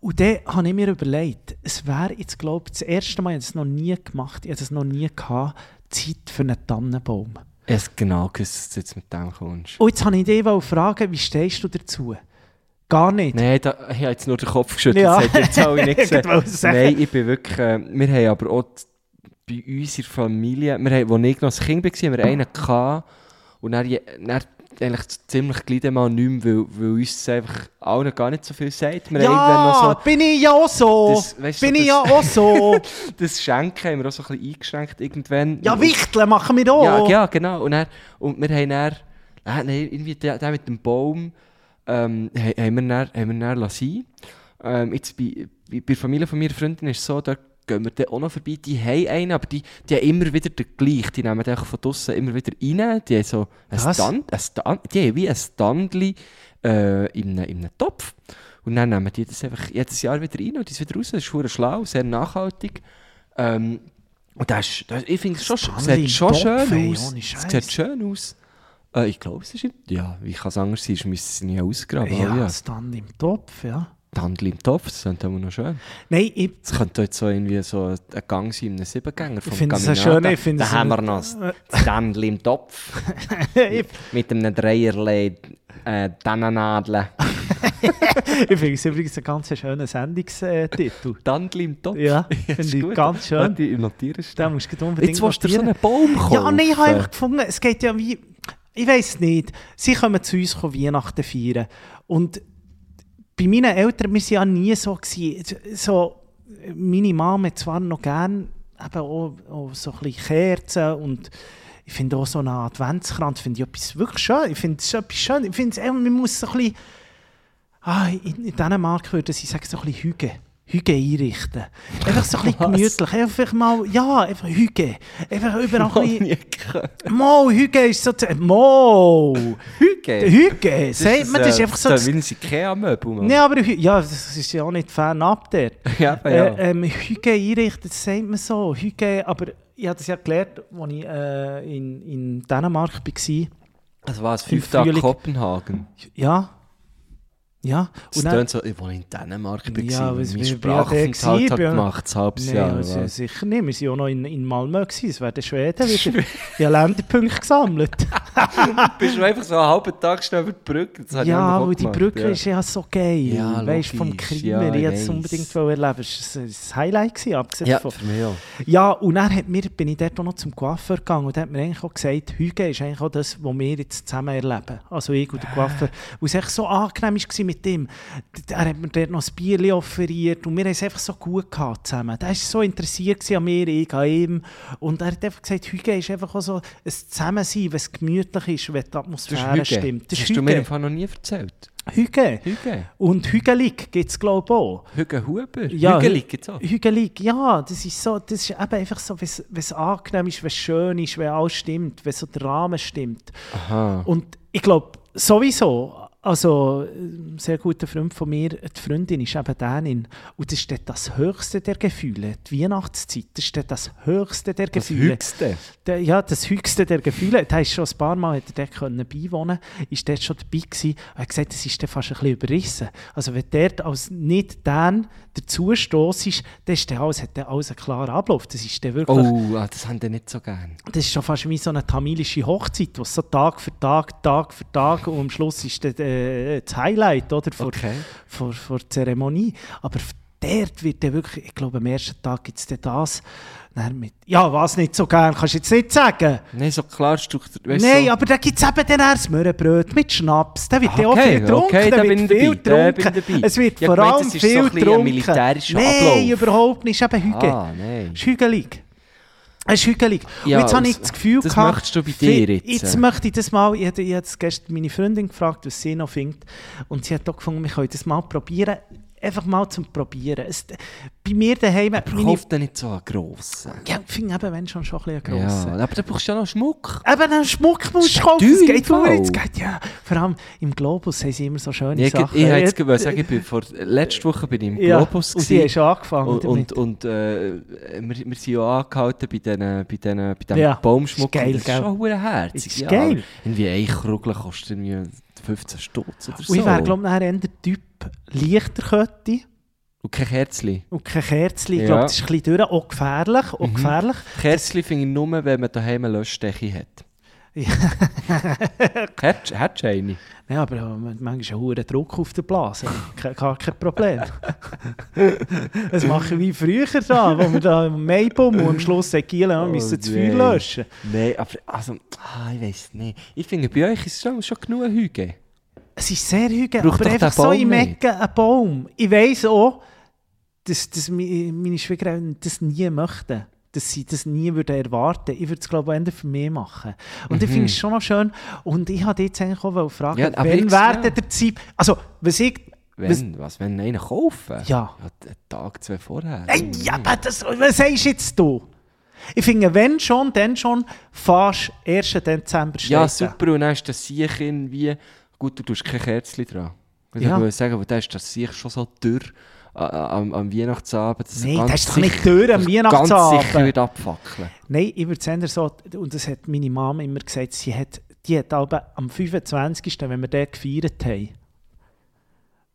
C: Und dann habe ich mir überlegt, es wäre jetzt, glaube ich, das erste Mal, ich habe es noch nie gemacht, ich habe es noch nie gehabt, Zeit für einen Tannenbaum.
B: Es ist genau gewusst, dass du jetzt mit dem kommst.
C: Und Oh, jetzt wollte ich dich wollte fragen, wie stehst du dazu? Gar nicht.
B: Nein, da, ich habe jetzt nur den Kopf geschüttelt.
C: Ja.
B: Das hat jetzt
C: <laughs>
B: alle nicht
C: Ich
B: gesehen.
C: wollte sagen.
B: Nein, ich bin wirklich... Äh, wir haben aber auch die, bei uns in der Familie... Wir haben, als ich noch ein Kind war, haben wir einen gehabt. Und dann, je- dann eigentlich ziemlich gleich mal nicht mehr, weil, weil uns das einfach allen gar nicht so viel sagt. Wir haben irgendwann noch so...
C: Ja, bin ich ja auch so.
B: Das- weißt du,
C: bin
B: das-
C: ich ja
B: <laughs>
C: auch so.
B: das Schenken haben wir auch so ein bisschen eingeschränkt irgendwann.
C: ja,
B: Und-
C: Wichteln machen wir auch.
B: Ja, ja, genau. Und, dann, und wir haben dann, ah, nein, irgendwie der, der mit dem Baum, ähm, ha- haben wir dann, haben wir dann lassen. Ähm, jetzt bei, bei bei der Familie von meiner Freundin ist es so, da gehen wir dann auch noch vorbei. Die haben einen, aber die, die haben immer wieder den gleichen. Die nehmen den auch von draussen immer wieder rein. Die haben so ein
C: Was?
B: Stand, ein Stand, die haben wie ein Standli äh, in, einem, in einem Topf. Und dann nehmen die das einfach jedes Jahr wieder rein und das wieder raus. Das ist verdammt schlau, sehr nachhaltig. Ähm, und das ist, das, ich finde es schon,
C: Standli im
B: sieht schon
C: Topf, ey,
B: schön aus.
C: ohne
B: Es
C: Scheiß.
B: sieht schön aus. Äh, ich glaube, es ist... im- Ja, wie kann es anders sein? Ich müsste es nicht ausgraben.
C: Ja,
B: genau. Ja. ja.
C: Stand im Topf, ja.
B: Die Handel im Topf, das klingt aber noch schön.
C: Nein, ich,
B: Es könnte jetzt so irgendwie so ein Gang sein, ein Siebengänger vom
C: finde es eine
B: Caminata.
C: schöne- ich finde
B: Da
C: es
B: haben wir
C: eine-
B: noch das das Händel im Topf
C: <laughs> ich,
B: mit einem Dreierlei äh, Tannennadel.
C: ich finde es übrigens ein ganz
B: <laughs>
C: schöner Sendungstitel.
B: Dandel im Topf? <laughs>
C: Ja,
B: ist
C: finde ich
B: gut.
C: ganz schön.
B: Warte, Ich notiere es
C: Da
B: schnell.
C: musst du unbedingt
B: Jetzt willst du dir so
C: notieren.
B: einen Baum kaufen?
C: Ja, nein, ich habe
B: <laughs>
C: einfach gefunden, es geht ja wie, ich weiß nicht, sie kommen zu uns kommen Weihnachten feiern und bei meinen Eltern, wir waren ja nie so, gewesen. Also, so meine Mama hat zwar noch gern eben auch, auch so ein bisschen Kerzen und ich finde auch so einen Adventskranz, finde ich etwas wirklich schön, ich finde es etwas schön, ich finde es, eben, man muss so ein bisschen Ah, in, in Dänemark würde sie sagen, so ein bisschen Hüge. Hüge einrichten. Einfach so ein <laughs> bisschen
B: Was?
C: gemütlich. Einfach mal, ja, einfach Hüge. Einfach überall
B: Oh,
C: ein bisschen...
B: Hüge.
C: Mo, Hüge ist so... zu- Mo! Hüge, sagt man, das ist einfach so...
B: Das äh,
C: Das,
B: ist ein Ikea-Möbel.
C: nee, aber Hü- ja, das ist ja auch nicht fernab der.
B: <laughs> Ja, aber Ah, ja.
C: Äh, ähm, Hüge einrichten, das sagt man so. Hüge, aber ich habe das ja gelernt, als ich äh, in, in Dänemark war.
B: Das war es,
C: Im
B: fünf Tage
C: Frühling-
B: Kopenhagen.
C: Ja. Ja.
B: Es tönt so, ich war in Dänemark, war,
C: Ja, was-
B: mein
C: wir- wir waren da
B: Sprachaufenthalt
C: gewesen,
B: hat
C: ja.
B: gemacht, ein halbes
C: Nein,
B: Jahr.
C: also
B: was?
C: sicher nicht. Wir waren ja auch noch in, in Malmö. Gewesen. Es wäre Schweden
B: <laughs>
C: wieder. Ich habe Länderpunkte
B: Ah,
C: gesammelt.
B: Bist du einfach so einen halben Tag schnell über die Brücke? Das habe ich auch
C: ja,
B: noch
C: weil die
B: gemacht,
C: Brücke
B: ja.
C: ist ja so geil.
B: Ja,
C: weißt vom
B: logisch.
C: Krimer.
B: Ja,
C: ich
B: ich
C: hätte es
B: weiss.
C: unbedingt wollen erleben Es war ein Highlight, gewesen, abgesehen
B: Ja,
C: davon.
B: für mich auch.
C: Ja, und dann hat mir, bin ich dort auch noch zum Coiffeur gegangen und der hat mir eigentlich auch gesagt, Hüge ist eigentlich auch das, was wir jetzt zusammen erleben. Also ich und der Coiffeur. Weil es echt so angenehm war mit ihm. D- Er hat mir dort noch ein Bier offeriert und wir haben es einfach so gut gehabt zusammen. Er war so interessiert gewesen an mir, ich an ihm. Und er hat einfach gesagt, Hüge ist einfach auch so ein Zusammensein, wenn es gemütlich ist, wenn die
B: Das ist
C: Atmosphäre
B: Hüge.
C: stimmt.
B: Das hast du mir im Fall noch nie erzählt.
C: Hüge.
B: Hüge.
C: Und Hügelig gibt es glaube ich auch.
B: Hüge Huber.
C: Ja,
B: Hügelig
C: Hü-
B: gibt's auch.
C: Hügelig, ja, das ist so, das ist eben einfach so, wenn es angenehm ist, wenn es schön ist, wenn alles stimmt, wenn so der Rahmen stimmt.
B: Aha.
C: Und ich glaube, sowieso, also äh, ein sehr guter Freund von mir, die Freundin ist eben Dänin. Und das ist dort das höchste der Gefühle, die Weihnachtszeit, das ist dort das höchste der
B: Das
C: Gefühle.
B: Hügste.
C: Der, ja, das höchste der Gefühle. Da ist schon ein paar Mal hat er dort können beiwohnen ist dort schon dabei gewesen. Er hat gesagt, das ist dann fast ein bisschen überrissen. Also wenn der als nicht dann dazu ist, dann ist der alles, hat der alles einen klaren Ablauf. Das ist dann wirklich,
B: Oh, ah, das haben die nicht so gern.
C: das ist schon fast wie so eine tamilische Hochzeit, wo es so Tag für Tag, Tag für Tag und am Schluss ist dann, äh, das Highlight oder, vor,
B: Okay.
C: vor, vor der Zeremonie. Aber dort wird dann wirklich, ich glaube, am ersten Tag gibt es dann das. Dann mit, ja, was nicht so gern, kannst du jetzt nicht sagen.
B: Nein, so klar strukturiert.
C: Nein, aber da gibt es eben dann erst Möhrenbröt mit Schnaps. Da wird dann auch
B: Okay,
C: viel getrunken.
B: okay, da
C: da
B: bin
C: wird
B: ich dabei, da
C: viel
B: bin ich
C: getrunken.
B: dabei.
C: Es wird
B: Ich hab
C: vor
B: gemeint,
C: allem
B: das ist so
C: viel
B: ein bisschen ein
C: getrunken.
B: militärischer
C: Nein,
B: Ablauf.
C: überhaupt nicht. Es ist eben Hüge.
B: Ah, nein.
C: Es ist hügelig. Es ist hügelig.
B: Ja,
C: und jetzt habe
B: aus-
C: ich das Gefühl
B: das
C: gehabt,
B: möchtest du bei dir
C: fi-
B: jetzt,
C: Jetzt
B: äh.
C: möchte ich das mal, ich habe ich habe jetzt gestern meine Freundin gefragt, was sie noch findet und sie hat auch gefunden, wir können das mal probieren. Einfach mal zum Probieren. Es, bei mir daheim... meine-
B: Kauf dir nicht so einen grossen.
C: Ja, ich finde eben, wenn schon, schon ein bisschen einen grossen.
B: Ja, aber dann brauchst du ja noch Schmuck.
C: Eben einen Schmuck musst
B: ist
C: du kaufen,
B: teuer
C: es geht
B: im Fall.
C: vor, es geht, ja. Vor allem im Globus haben sie immer so schöne
B: Ich, ich,
C: Sachen.
B: ich, hätte jetzt
C: Ja,
B: gewusst, ich bin vor, letzte Woche bin ich im
C: ja,
B: Globus.
C: Und die
B: gewesen.
C: hast du angefangen
B: Und,
C: damit.
B: und, und äh, wir, wir sind ja angehalten bei diesen bei den, bei dem
C: Ja,
B: Baumschmuck.
C: ist geil,
B: Und das ist
C: gell?
B: schon verdammt herzig.
C: Ist geil.
B: Irgendwie ein Krugel kostet mir 15 Stutz oder so.
C: Und ich wäre, glaube ich, nachher eher der Typ Lichterkette
B: Und kein Kerzli.
C: und kein Kerzchen. Ich
B: Ja. Mhm.
C: glaube, das ist ein bisschen durch, auch gefährlich, auch gefährlich.
B: Kerzli finde ich nur, wenn man daheim eine Löschsteche hat. <laughs> Hättest hättest du eine?
C: Ja, aber äh, manchmal ist ein hoher Druck auf der Blase. Ke- Gar kein
B: <laughs>
C: Problem. das mache ich wie früher da, wo wir da im Maibum und am Schluss in Kiel oh, müssen das Feuer
B: nein.
C: löschen.
B: Nein, aber also, ah, ich weiß nicht. Ich finde, bei euch ist es schon, schon genug Hüge.
C: Es ist sehr hügel,
B: Braucht
C: aber
B: doch
C: einfach
B: den
C: so
B: Baum
C: im
B: nicht.
C: Ecken ein Baum. Ich weiss auch, dass, dass mi- meine Schwiegereltern das nie möchten. Dass sie das nie würden erwarten Ich würde es, glaube ich, eher für mich machen. Und ich finde es schon noch schön. Und ich wollte jetzt eigentlich auch fragen,
B: Mhm. Ja,
C: ja,
B: aber
C: wann
B: ich-
C: wäre
B: ja.
C: denn der Zeit... Also, was ich... Was,
B: Wenn, was, wenn einen kaufen?
C: Ja.
B: Einen Tag, zwei vorher.
C: Ey, ja, aber das, was sagst jetzt du? Ich finde, wenn schon, dann schon, fast 1. Dezember
B: Ja,
C: steht er.
B: super. Und dann ist das Sieg irgendwie. Gut, du tust kein Kerzchen dran. Und
C: Ja.
B: Ich würde sagen, aber dann ist das Sieg schon so dürr äh, am, am Weihnachtsabend. dass
C: Nein,
B: ganz
C: das ist doch
B: sicher-
C: nicht dürr am
B: dass
C: Weihnachtsabend.
B: Ganz sicher wird abfackeln.
C: Nein, ich würde sagen, so, und das hat meine Mama immer gesagt, sie hat, die hat aber am 25., wenn wir den gefeiert haben,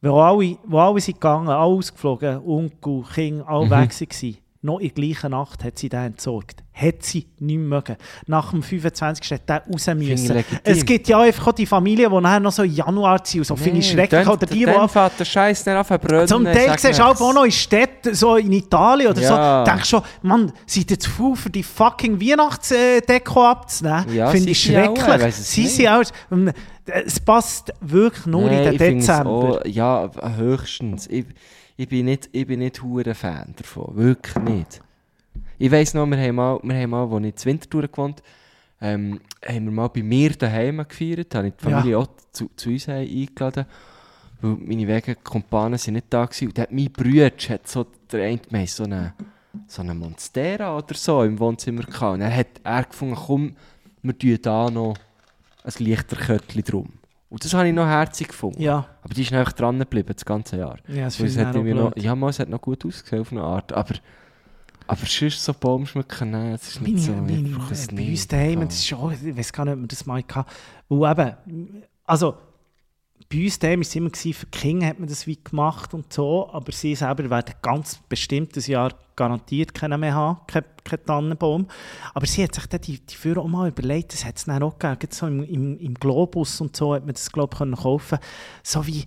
C: wo alle, wo alle sind gegangen, alle ausgeflogen, Onkel, Kinder,
B: Mhm.
C: alle weg waren, noch in der gleichen Nacht hat sie den entsorgt. Hat sie nicht mögen. Nach dem 25. hat der raus müssen.
B: legitim.
C: Es gibt ja einfach auch die Familien, die nachher noch so im Januar sind und so finde ich schrecklich. Oder die, die
B: Dann
C: ab-
B: fährt der Scheiß nicht auf den Brötchen.
C: zum Teil siehst du auch auch noch in Städten, so in Italien oder
B: Ja.
C: so, denkst du schon, Mann, seid ihr zu faul, für die fucking Weihnachtsdeko abzunehmen?
B: Ja,
C: Finde ich
B: sind sie auch, ich
C: schrecklich.
B: weiss es
C: Sie
B: nicht.
C: sind auch, ähm, es passt wirklich nur in den Dezember.
B: Auch, ja, höchstens. Ich, ich bin nicht, ich bin nicht hure Fan davon. Wirklich nicht. Ich weiss noch, wir haben mal, wir haben mal als ich zu Winterthur gewohnt ähm, haben wir mal bei mir daheim gefeiert. habe ich die
C: Ja.
B: Familie auch zu, zu uns heim eingeladen. Weil meine Wegen Kumpanen sind nicht da gewesen. Und dann hat mein Bruder hat so, der eine, wir haben so eine, so eine Monstera oder so im Wohnzimmer gehabt. Und er hat er gefunden, komm, wir tun da noch ein Lichterköttchen drum. Und das habe ich noch herzig gefunden.
C: Ja.
B: Aber die ist einfach dran geblieben, das ganze Jahr.
C: Ja, das
B: Weil es
C: finde ich
B: hat
C: auch
B: irgendwie noch,
C: blöd.
B: ja, mal, es hat noch gut ausgesehen auf eine Art, aber, aber sonst so Baumschmücken, nein, das ist nicht
C: Meine,
B: so. ich
C: meine,
B: brauche es
C: bei
B: nicht.
C: uns daheim,
B: Ja.
C: das ist auch, ich weiß gar nicht, ob man das mal hatte. Wo eben, also, bei uns daheim war es immer, gewesen, für die Kinder hat man das wie gemacht und so, aber sie selber werden ganz bestimmt ein Jahr garantiert keinen mehr haben, keinen kein Tannenbaum. Aber sie hat sich dann die, die Führer auch mal überlegt, das hat es dann auch gegeben, gerade so im, im, im Globus und so hat man das, glaube ich, können kaufen So wie,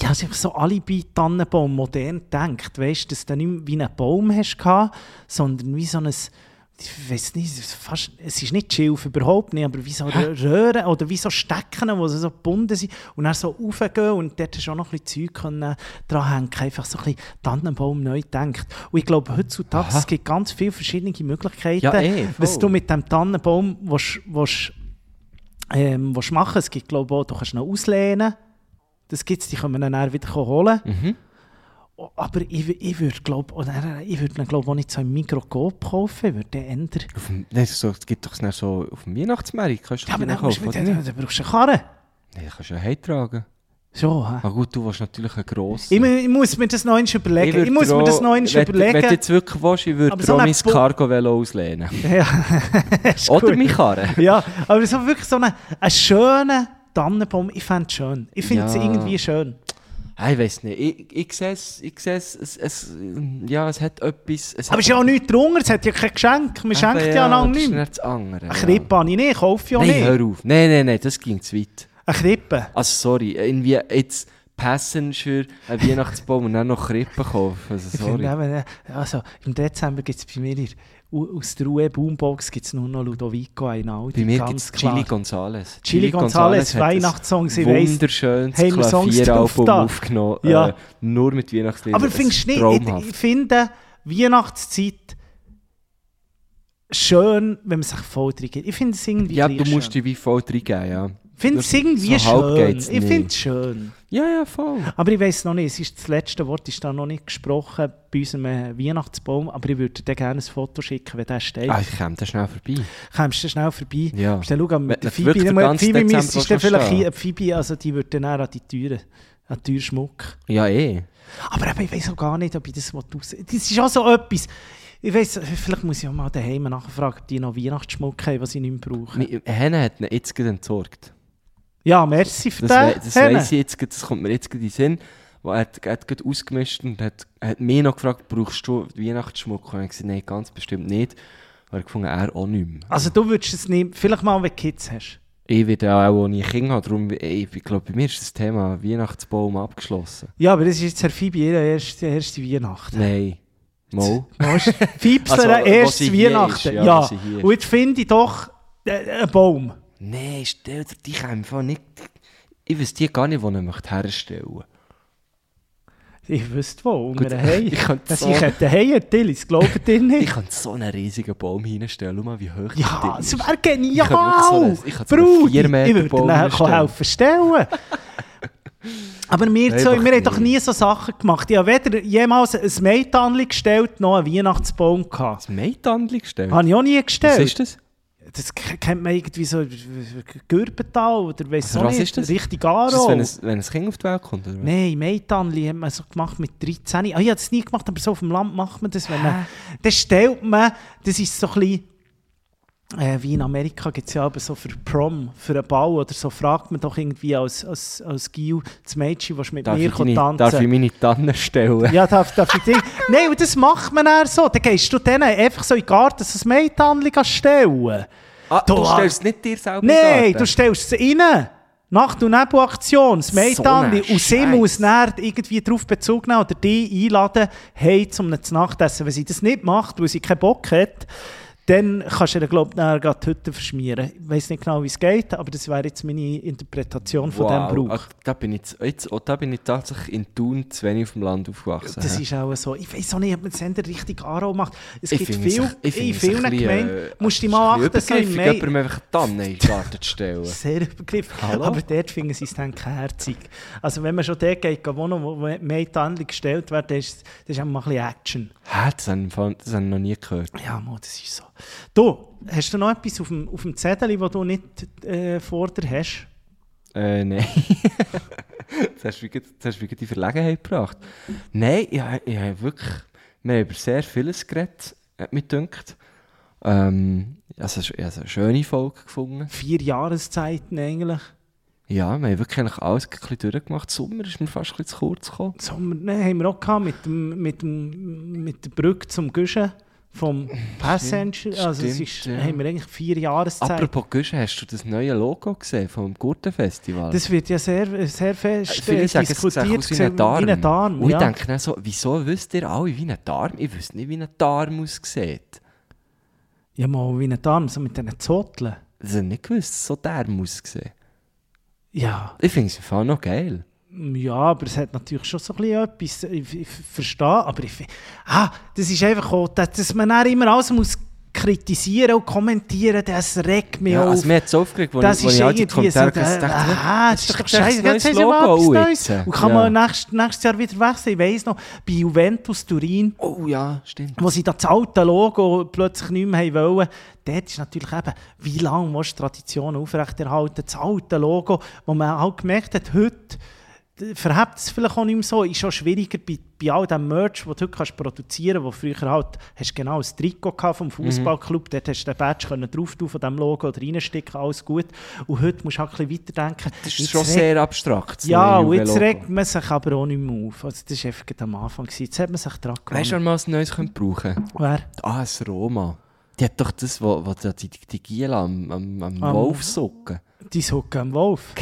C: ja, sich so Alibi-Tannenbaum modern denkt, weißt dass du nicht wie einen Baum hast, gehabt, sondern wie so ein, ich weiß nicht, es ist fast, es ist nicht Schilf überhaupt nicht, aber wie so Röhren oder wie so Stecken, wo sie so gebunden sind und dann so raufgehen und dort hast du auch noch ein bisschen Zeug können dranhängen, einfach so ein bisschen Tannenbaum neu denkt. Und ich glaube, heutzutage,
B: Aha.
C: es gibt ganz viele verschiedene Möglichkeiten,
B: Ja, eh,
C: dass
B: voll.
C: du mit dem Tannenbaum willst, willst, ähm, willst machen Es gibt, glaube ich, auch, du kannst ihn auslehnen, das gibt's, die können wir dann auch wieder holen.
B: Mhm.
C: Oh, Aber ich, wü- ich würde glaub, oh, nein, nein, nein, ich würd ihn glaub, auch nicht so im Mikroskop kaufen, ich würde den ändern.
B: Auf dem, nein, so, es gibt doch dann so auf dem Weihnachtsmarkt, kannst du
C: Ja, aber
B: den
C: dann, musst du,
B: kaufen, oder
C: dann,
B: nicht?
C: dann brauchst du eine Karre.
B: Nein, kannst du ja heimtragen.
C: So, hä?
B: Ah gut, du willst natürlich einen grossen.
C: ich, mu- ich muss mir das noch einmal dus überlegen. Ich,
B: würd
C: muss
B: dir
C: mir das
B: auch-
C: noch
B: wenn-
C: einmal
B: Wenn du
C: dus überlegen.
B: jetzt wirklich willst, ich würde
C: Aber
B: dir
C: so
B: auch
C: eine
B: mein
C: Bo-
B: Cargo-Velo auslehnen.
C: Ja, <laughs> ist
B: Oder
C: gut.
B: mein Karren.
C: Ja, aber so wirklich so einen, einen schönen Tannenbaum, ich fände es schön. Ich finde es
B: Ja.
C: irgendwie schön.
B: Ah, Ich weiß nicht, ich, ich sehe es, ich sehe es, es, es, ja, es hat etwas... Es
C: Aber es
B: hat,
C: ist ja auch nichts drunter, es hat ja kein Geschenk, man schenkt ja, lang
B: Das
C: nichts.
B: ist
C: Eine
B: nicht das andere. ja.
C: Krippe habe ich nicht, kaufe ich auch
B: Nein,
C: nicht.
B: hör auf. Nein, nein, nein, das ging zu weit.
C: Eine Krippe.
B: Also sorry, irgendwie jetzt Passenger einen Weihnachtsbaum und dann noch Krippen kaufen. Also,
C: Ich finde
B: sorry.
C: eben, äh, also, Im Dezember gibt es bei mir in, u- aus der Ruhe Boombox gibt's nur noch Ludovico Einaudi.
B: Bei mir
C: ganz
B: gibt es
C: klar.
B: Chili Gonzales.
C: Chili Gonzales,
B: hat ein
C: Weihnachtssongs, ich weiss.
B: wunderschönes
C: Haben wir Songs drauf
B: Klavieralbum
C: da?
B: aufgenommen.
C: Ja.
B: Äh, nur mit Weihnachtsliedern.
C: Aber
B: Es
C: findest
B: ist
C: du nicht,
B: traumhaft.
C: ich, ich finde Weihnachtszeit schön, wenn man sich voll drin gibt. Ich finde es irgendwie
B: ja,
C: gleich
B: du musst
C: schön.
B: dich wie voll reingeben, ja.
C: Ich finde es irgendwie
B: so halb
C: schön.
B: geht's
C: Ich finde
B: nicht.
C: es schön.
B: Ja, ja, voll.
C: Aber ich weiß noch nicht, es ist das letzte Wort ist da noch nicht gesprochen bei unserem äh, Weihnachtsbaum, aber ich würde dir gerne ein Foto schicken, wenn der steht.
B: Ah, ich komme da schnell vorbei.
C: kommst du schnell vorbei.
B: Ja.
C: Bist du schau mal, mit
B: Wenn-
C: der
B: wirklich
C: Phoebe,
B: den
C: mal,
B: ganzen
C: Phoebe
B: Dezember
C: müsstest du dann
B: kannst
C: vielleicht
B: stehen.
C: ein, Phoebe, also die würde dann auch an die Türen, an den Türschmuck.
B: Ja, eh.
C: Aber eben, ich weiß auch gar nicht, ob ich das raus... Das ist auch so etwas... Ich weiß, vielleicht muss ich auch mal daheim nachfragen, ob die noch Weihnachtsschmuck haben, was ich nicht mehr brauche.
B: Mi- Henne hat ihn jetzt gerade entsorgt.
C: Ja, merci für
B: Das, wei-
C: den.
B: das
C: Henne.
B: weiss ich jetzt, gerade, das kommt mir jetzt gerade in den Sinn. Weil er hat, er hat gerade ausgemischt und hat, hat mich noch gefragt, brauchst du Weihnachtsschmuck? Und ich gesagt, nein, ganz bestimmt nicht. Und er hat gefunden, er auch nicht mehr.
C: Also du würdest es nicht... Vielleicht mal, wenn du Kids hast.
B: Ich werde ja auch nie Kinder haben, darum, ey, ich glaube, bei mir ist das Thema Weihnachtsbaum abgeschlossen.
C: Ja, aber das ist jetzt Herr Phoebe, ihre erste, erste
B: <laughs>
C: Weihnacht.
B: Nein. Mo?
C: Phoebs
B: Also,
C: also,
B: wo
C: erste
B: sie hier ist,
C: Weihnachten.
B: ja, wo
C: ja.
B: sie hier ist.
C: Und jetzt finde ich doch äh, einen Baum.
B: <laughs> Nein, stell dir die im Fall nicht. Ich weiß die gar nicht, wo ich möchte herstellen
C: Ich wüsste wo, unter
B: Gut,
C: den Haien.
B: ich könnte
C: Dass
B: so-
C: Ich hätte Haien, Tillis, glaubt ihr
B: Ich
C: nicht?
B: kann so einen riesigen Baum hinstellen. Schau mal, wie hoch
C: Ja,
B: das
C: es
B: Ding ist.
C: wäre
B: Ich könnte wirklich so
C: genial!
B: einen- ich könnte so einen
C: Brudi, ich
B: vier Meter
C: würde
B: Baum
C: dir nachher
B: hinstellen. <laughs>
C: helfen stellen. Aber wir,
B: Nein,
C: zwei,
B: doch
C: wir haben doch
B: nicht.
C: nie so Sachen gemacht. Ich habe weder jemals ein Maitanli gestellt, noch einen Weihnachtsbaum gehabt.
B: Das Maitandli gestellt?
C: Habe ich auch nie
B: Was
C: gestellt.
B: ist das?
C: Das k- kennt man irgendwie so Gürbental oder weiss
B: Also,
C: auch
B: was
C: nicht.
B: ist das?
C: Richtig
B: Ist das
C: Aro.
B: wenn, ein, wenn ein Kind auf die Welt kommt? Oder? was?
C: Nein, Maitanli hat man so gemacht mit 13. Ah, ich habe das nie gemacht, aber so auf dem Land macht man das. Wenn man, dann stellt man, das ist so ein bisschen, äh, wie in Amerika gibt es ja aber so für Prom, für einen Bau oder so, fragt man doch irgendwie als, als, als Gil das Mädchen, was mit
B: Darf,
C: mir
B: ich
C: kommt,
B: deine,
C: tanzen
B: darf ich meine Tannen stellen?
C: ja, darf, darf ich dich? Nein, und das macht man dann so. Dann gehst du denen einfach so in den Garten, so ein Maitanli stellen.
B: Ah, du,
C: Du-
B: stellst es nicht dir selber
C: Nein,
B: in den
C: du
B: Garten?
C: stellst es rein. Nacht- und Nebenaktion, das Maitanli.
B: So
C: und sie
B: ein
C: muss
B: Scheiß.
C: dann irgendwie darauf Bezug nehmen oder die einladen, hey, zum zu Nacht essen. Wenn sie das nicht macht, weil sie keinen Bock hat, dann kannst du ihr, glaube ich, nachher gerade die Hütte verschmieren. Ich weiß nicht genau, wie es geht, aber das wäre jetzt meine Interpretation von
B: wow. also,
C: diesem Brauch.
B: Ach, da, bin ich, jetzt- jetzt, oh, da bin ich tatsächlich in Thun zu wenig auf dem Land aufgewachsen.
C: Das
B: hä?
C: ist auch so. Ich weiß auch nicht, ob man den Sender richtig Aro macht. Es
B: Ich
C: gibt
B: finde es
C: viel,
B: ein- ich finde es
C: in
B: ein
C: vielen
B: bisschen,
C: Gemeinden,
B: äh,
C: musst du
B: es
C: dich
B: ist
C: mal
B: ein
C: achten, so
B: bisschen
C: im
B: übergriffig,
C: Mai,
B: jemandem einfach die Tannen in den Garten zu stellen.
C: Sehr übergriffig.
B: Hallo?
C: Aber dort finden sie es dann herzig. Also wenn man schon dort geht, wo noch wo mehr die Handlung gestellt wird, dann ist das ist auch mal ein bisschen Action.
B: <laughs> Hä, das habe ich im Fall- das habe ich noch nie gehört.
C: Ja, Mo, das ist so. Du, hast du noch etwas auf dem, auf dem Zettel, das du nicht äh, vor dir hast?
B: Äh, nein. <laughs> das hast du wieder in die Verlegenheit gebracht. Nein, ich, ha- ich habe wirklich... Wir haben über sehr vieles geredet, hat mir gedacht. Ähm, also, ich habe eine schöne Folge gefunden.
C: Vier Jahreszeiten eigentlich.
B: Ja, wir haben wirklich eigentlich alles ein bisschen durchgemacht. Der Sommer ist mir fast ein bisschen zu kurz gekommen.
C: Sommer ne, haben wir auch gehabt mit, dem, mit, dem, mit der Brücke zum Güschen vom Passenger. also es
B: stimmt,
C: ist,
B: ja.
C: haben wir eigentlich vier Jahreszeiten.
B: Apropos Guschen, hast du das neue Logo gesehen vom Gurtenfestival?
C: Das wird ja sehr, sehr fest äh,
B: Viele sagen, es sieht
C: diskutiert.
B: aus wie ein Darm.
C: Wie ein Darm
B: Und ich
C: ja.
B: denke dann so, wieso wisst ihr alle wie ein Darm? Ich wüsste nicht, wie ein Darm aussieht.
C: Ja, mal wie ein Darm, so mit diesen Zoteln.
B: Das habe ich nicht gewusst, dass so Darm aussieht.
C: Ja,
B: Ich finde es im Fall noch geil.
C: ja, aber es hat natürlich schon so ein bisschen etwas, ich, ich verstehe, aber ich, fi- ah, das ist einfach auch, dass, dass man dann immer alles muss kritisieren und kommentieren, das regt mich
B: Ja,
C: auf.
B: also mir hat es aufgeregt, als
C: das
B: ich, als
C: ist
B: ich all die
C: irgendwie so,
B: Kommentare
C: äh,
B: gelesen habe, dachte ich,
C: aha,
B: das
C: das ist doch
B: echt ein
C: scheiße,
B: neues
C: jetzt haben sie mal etwas
B: Logo
C: Neues.
B: jetzt.
C: Und kann
B: Ja.
C: man nächstes, nächstes Jahr wieder wechseln, ich weiss noch, bei Juventus Turin,
B: Oh ja, stimmt.
C: wo sie das alte Logo plötzlich nicht mehr haben wollen, dort ist natürlich eben, wie lange musst du die Tradition aufrechterhalten, das alte Logo, wo man auch gemerkt hat, heute d- verhebt es vielleicht auch nicht mehr so, ist schon schwieriger bei, bei all dem Merch, das du heute kannst produzieren kannst, wo früher halt, hast du genau das Trikot gehabt
B: Mhm.
C: vom Fußballclub, dort hast du den Badge können drauf tun von diesem Logo oder reinstecken, alles gut. Und heute musst du halt ein bisschen weiterdenken.
B: Das ist
C: Jetzt
B: schon
C: regt-
B: sehr abstrakt. das
C: Ja,
B: neue
C: und jetzt
B: Juwel-Logo.
C: regt man sich aber auch nicht mehr auf. Also das war einfach gerade am Anfang. gewesen. Jetzt hat man sich dran
B: Weißt du,
C: gewöhnt.
B: wann man was Neues könnte brauchen
C: Wer?
B: könnte? AS Ah, Roma. Die hat doch das, wo, wo die, die, die Giela am, am, am
C: Am-
B: Wolf sucken.
C: Die suchen am Wolf.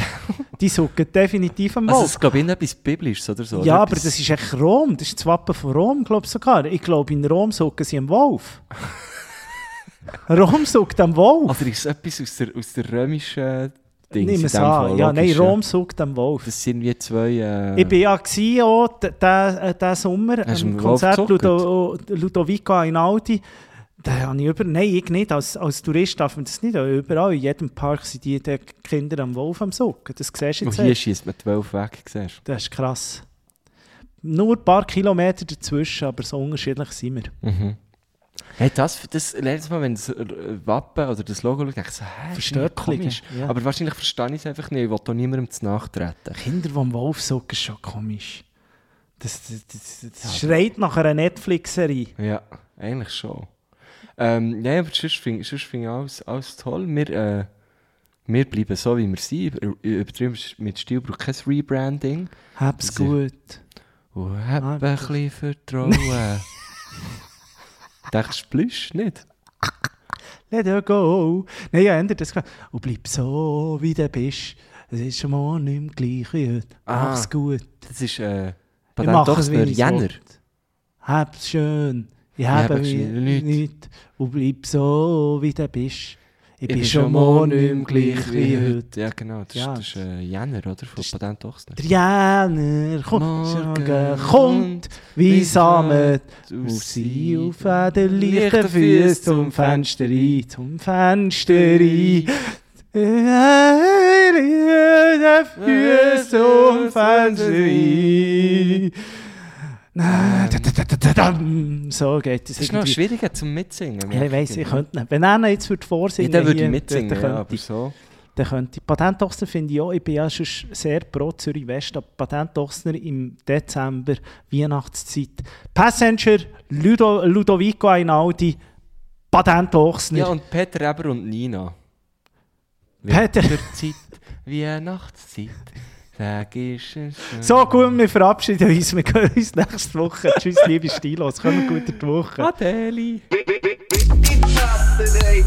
C: Die suchen definitiv am Wolf.
B: Also, es glaube ich, etwas Biblisches oder so.
C: ja,
B: oder
C: aber das
B: etwas-
C: ist echt Rom. Das ist das Wappen von Rom, glaube ich sogar. Ich glaube, in Rom suchen sie
B: <laughs>
C: am Wolf. Rom sucht am Wolf.
B: Oder Ah, ist es etwas aus der, aus der römischen Ding?
C: Nimm es an. Ja, nein, Rom sucht am Wolf.
B: Das sind wie zwei. Äh,
C: Ich war ja gewesen, auch d- d- äh, diesen Sommer
B: Hast du
C: am
B: mit
C: Konzert
B: Wolf gezockt?
C: Ludo, oh, Ludovica in Aldi. Da habe ich über... Nein, ich nicht. Als, als Tourist darf man das nicht. Aber Überall, in jedem Park sind die die Kinder am Wolf am Socken. Das siehst du
B: und
C: jetzt.
B: oh, hier
C: erst.
B: schießt man zwölf weg, siehst du.
C: Das ist krass. Nur ein paar Kilometer dazwischen, aber so unterschiedlich sind wir.
B: Hey, das, das, letztes Mal, wenn das äh, Wappen oder das Logo schaut, denke ich so, hä, ist
C: Verstört
B: nicht komisch.
C: liegen, ja.
B: Aber wahrscheinlich verstehe ich es einfach nicht, ich will da niemandem zu nachtreten.
C: Kinder, die am Wolf socken, ist schon komisch. Das, das, das, das schreit nach einer Netflix-Serie.
B: Ja, eigentlich schon. Ähm, nein, aber sonst finde sonst finde ich alles, alles toll. Wir, äh, wir bleiben so, wie wir sind. Über- Übertrieben ist mit Stil braucht kein Rebranding.
C: Hab's
B: Sie-
C: gut.
B: Und hab
C: Ah,
B: ein
C: das-
B: bisschen Vertrauen.
C: <laughs>
B: Denkst du Plüsch nicht?
C: Let her go. Nein, ja, ändert das. gefällt- Und bleib so, wie du bist. Es ist schon mal nicht mehr gleich wie heute.
B: Ah.
C: Mach's gut.
B: Das ist äh,
C: Ich
B: Patent
C: mache es, wie
B: Dochsner
C: ich
B: Jenner.
C: will. Hab's schön. Ich habe
B: habe schön
C: nichts.
B: nichts.
C: Nicht. Und bleib so, wie du bist. Ich,
B: Ich
C: bin schon mal nicht mehr gleich
B: gleich
C: wie heute.
B: Ja, genau. Das,
C: Ja,
B: ist, das ist äh, Jenner, oder? Von
C: ist-
B: Patent Dochsner.
C: Der Jänner kommt,
B: Morgen
C: Morgen kommt, wie
B: wie
C: Samet.
B: Samet
C: Auf
B: aus
C: sie
B: Sieben.
C: auf den leichten Füßen zum Fenster rein, zum Fenster rein. Leichten Füße zum Fenster rein. Na, da, da, da, da, da, dam. So geht es.
B: Das ist noch
C: irgendwie.
B: schwieriger zum Mitsingen.
C: Ja,
B: merke
C: ich weiss, ich
B: immer.
C: könnte nicht. Wenn einer jetzt würde
B: Ja,
C: vorsingen
B: dann würde ich
C: hier,
B: mitsingen,
C: dann
B: ja,
C: könnte
B: aber
C: ich.
B: so.
C: dann könnte ich. Patentochsner finde ich auch, ich bin ja schon sehr pro Zürich West, aber Patentochsner im Dezember, Weihnachtszeit. Passenger, Ludo, Ludovico Einaudi, Patentochsner.
B: Ja, und Peter Eber und Nina.
C: Peter.
B: Winterzeit, Weihnachtszeit, sag ich
C: <laughs>
B: es.
C: so gut, wir verabschieden uns. Wir hören uns nächste Woche. Tschüss, liebe Stilos. Kommt gut in die Woche.
B: Adeli.
A: Pizza today.